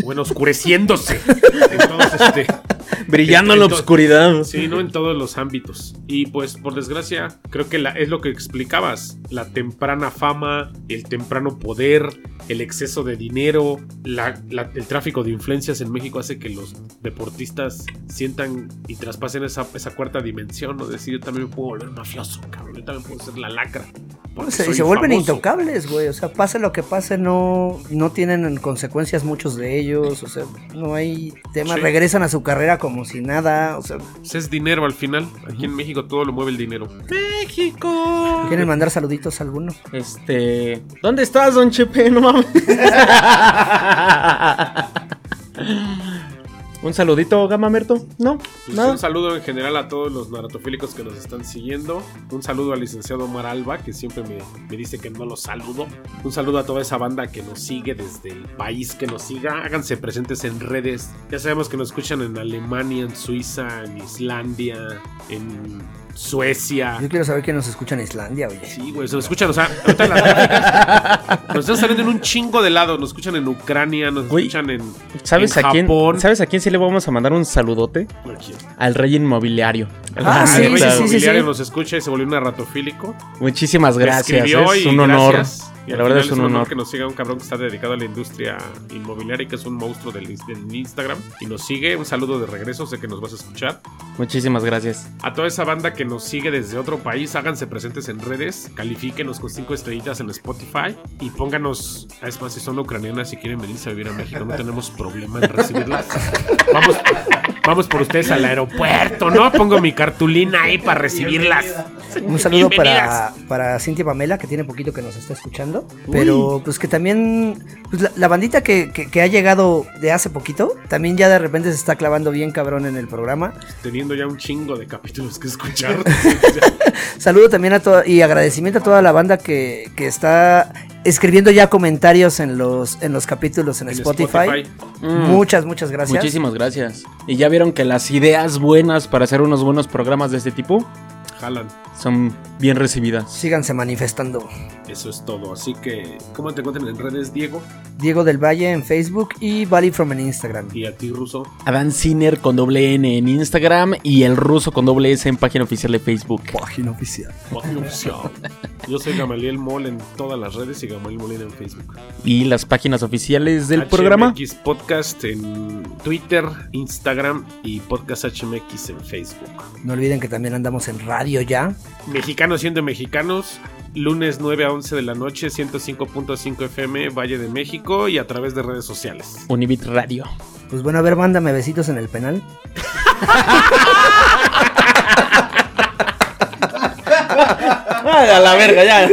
S6: bueno, oscureciéndose en todos este,
S5: Brillando en la
S6: Entonces-
S5: oscuridad.
S6: Sí, no en todos los ámbitos. Y pues, por desgracia, creo que la- es lo que explicabas. La temprana fama, el temprano poder, el exceso de dinero, la- la- el tráfico de influencias en México hace que los deportistas sientan y traspasen esa, esa cuarta dimensión. ¿no? Decir, yo también me puedo volver mafioso, cabrón. Yo también puedo ser la lacra. porque
S2: Se,
S6: soy
S2: se vuelven
S6: famoso".
S2: intocables, güey. O sea, pase lo que pase, no, no tienen consecuencias muchos de ellos. O sea, no hay tema.
S6: Sí.
S2: Regresan a su carrera como si nada. O sea,
S6: Pues es dinero al final. Aquí en México todo lo mueve el dinero.
S5: México.
S6: Ah.
S2: ¿quieren mandar saluditos a alguno?
S5: Este. ¿Dónde estás, don Chepe? No mames. Un saludito, Gamamerto. No,
S6: Pues
S5: no.
S6: Un saludo en general a todos los naratofílicos que nos están siguiendo. Un saludo al licenciado Omar Alba, que siempre me, me dice que no los saludo. Un saludo a toda esa banda que nos sigue desde el país que nos siga. Háganse presentes en redes. Ya sabemos que nos escuchan en Alemania, en Suiza, en Islandia, en Suecia.
S2: Yo quiero saber quién nos escucha en Islandia, oye.
S6: Sí, güey, se nos escuchan, o sea, ahorita las gráficas nos están saliendo en un chingo de lados, nos escuchan en Ucrania, nos
S5: Güey,
S6: escuchan en...
S5: ¿Sabes
S6: en
S5: a quién?
S6: Japón.
S5: ¿Sabes a quién sí le vamos a mandar un saludote? Al rey inmobiliario.
S2: Ah, sí,
S6: el
S2: sí,
S6: rey
S2: sí, sí,
S6: inmobiliario
S2: sí.
S6: nos escucha y se volvió un narratofílico.
S5: Muchísimas gracias. ¿eh?
S6: escribió
S5: Es
S6: y
S5: un honor.
S6: gracias. Y
S5: La
S6: al
S5: verdad
S6: final
S5: es un honor.
S6: que nos siga un cabrón que está dedicado a la industria inmobiliaria y que es un monstruo del, ins- del Instagram. Y nos sigue. Un saludo de regreso, sé que nos vas a escuchar.
S5: Muchísimas gracias.
S6: A toda esa banda que nos sigue desde otro país, háganse presentes en redes, califíquenos con cinco estrellitas en Spotify y pónganos, ah, es más, si son ucranianas y quieren venirse a vivir a México, no tenemos problema en recibirlas. Vamos, vamos por ustedes al aeropuerto, ¿no? Pongo mi cartulina ahí para recibirlas.
S2: Un saludo
S6: Bienvenidas.
S2: para, para Cintia Pamela, que tiene poquito que nos está escuchando. Pero pues que también, pues, la, la bandita que, que- que ha llegado de hace poquito, también ya de repente se está clavando bien cabrón en el programa.
S6: Teniendo ya un chingo de capítulos que escuchar.
S2: Saludo también a toda y agradecimiento a toda la banda que, que está escribiendo ya comentarios en los, en los capítulos en,
S6: En
S2: Spotify. Muchas, muchas gracias.
S5: Mm. Muchísimas gracias. ¿Y ya vieron que las ideas buenas para hacer unos buenos programas de este tipo
S6: Jalan.
S5: son bien recibidas?
S2: Síganse manifestando.
S6: Eso es todo. Así que, ¿cómo te encuentran en redes, Diego?
S2: Diego del Valle en Facebook y Valley From en Instagram.
S6: Y a ti, Ruso.
S5: Adán Sinner con doble N en Instagram y el ruso con doble S en página oficial de Facebook.
S2: Página oficial.
S6: Yo soy Gamaliel Mol en todas las redes y Gamaliel Molina en Facebook.
S5: Y las páginas oficiales del
S6: HMX
S5: programa.
S6: Podcast en Twitter, Instagram y Podcast HMX en Facebook.
S2: No olviden que también andamos en radio ya.
S6: Mexicanos siendo mexicanos, lunes 9 a 11 de la noche, 105.5 FM, Valle de México y a través de redes sociales.
S5: Univit Radio.
S2: Pues bueno, a ver, mándame besitos en el penal.
S5: a la verga, ya.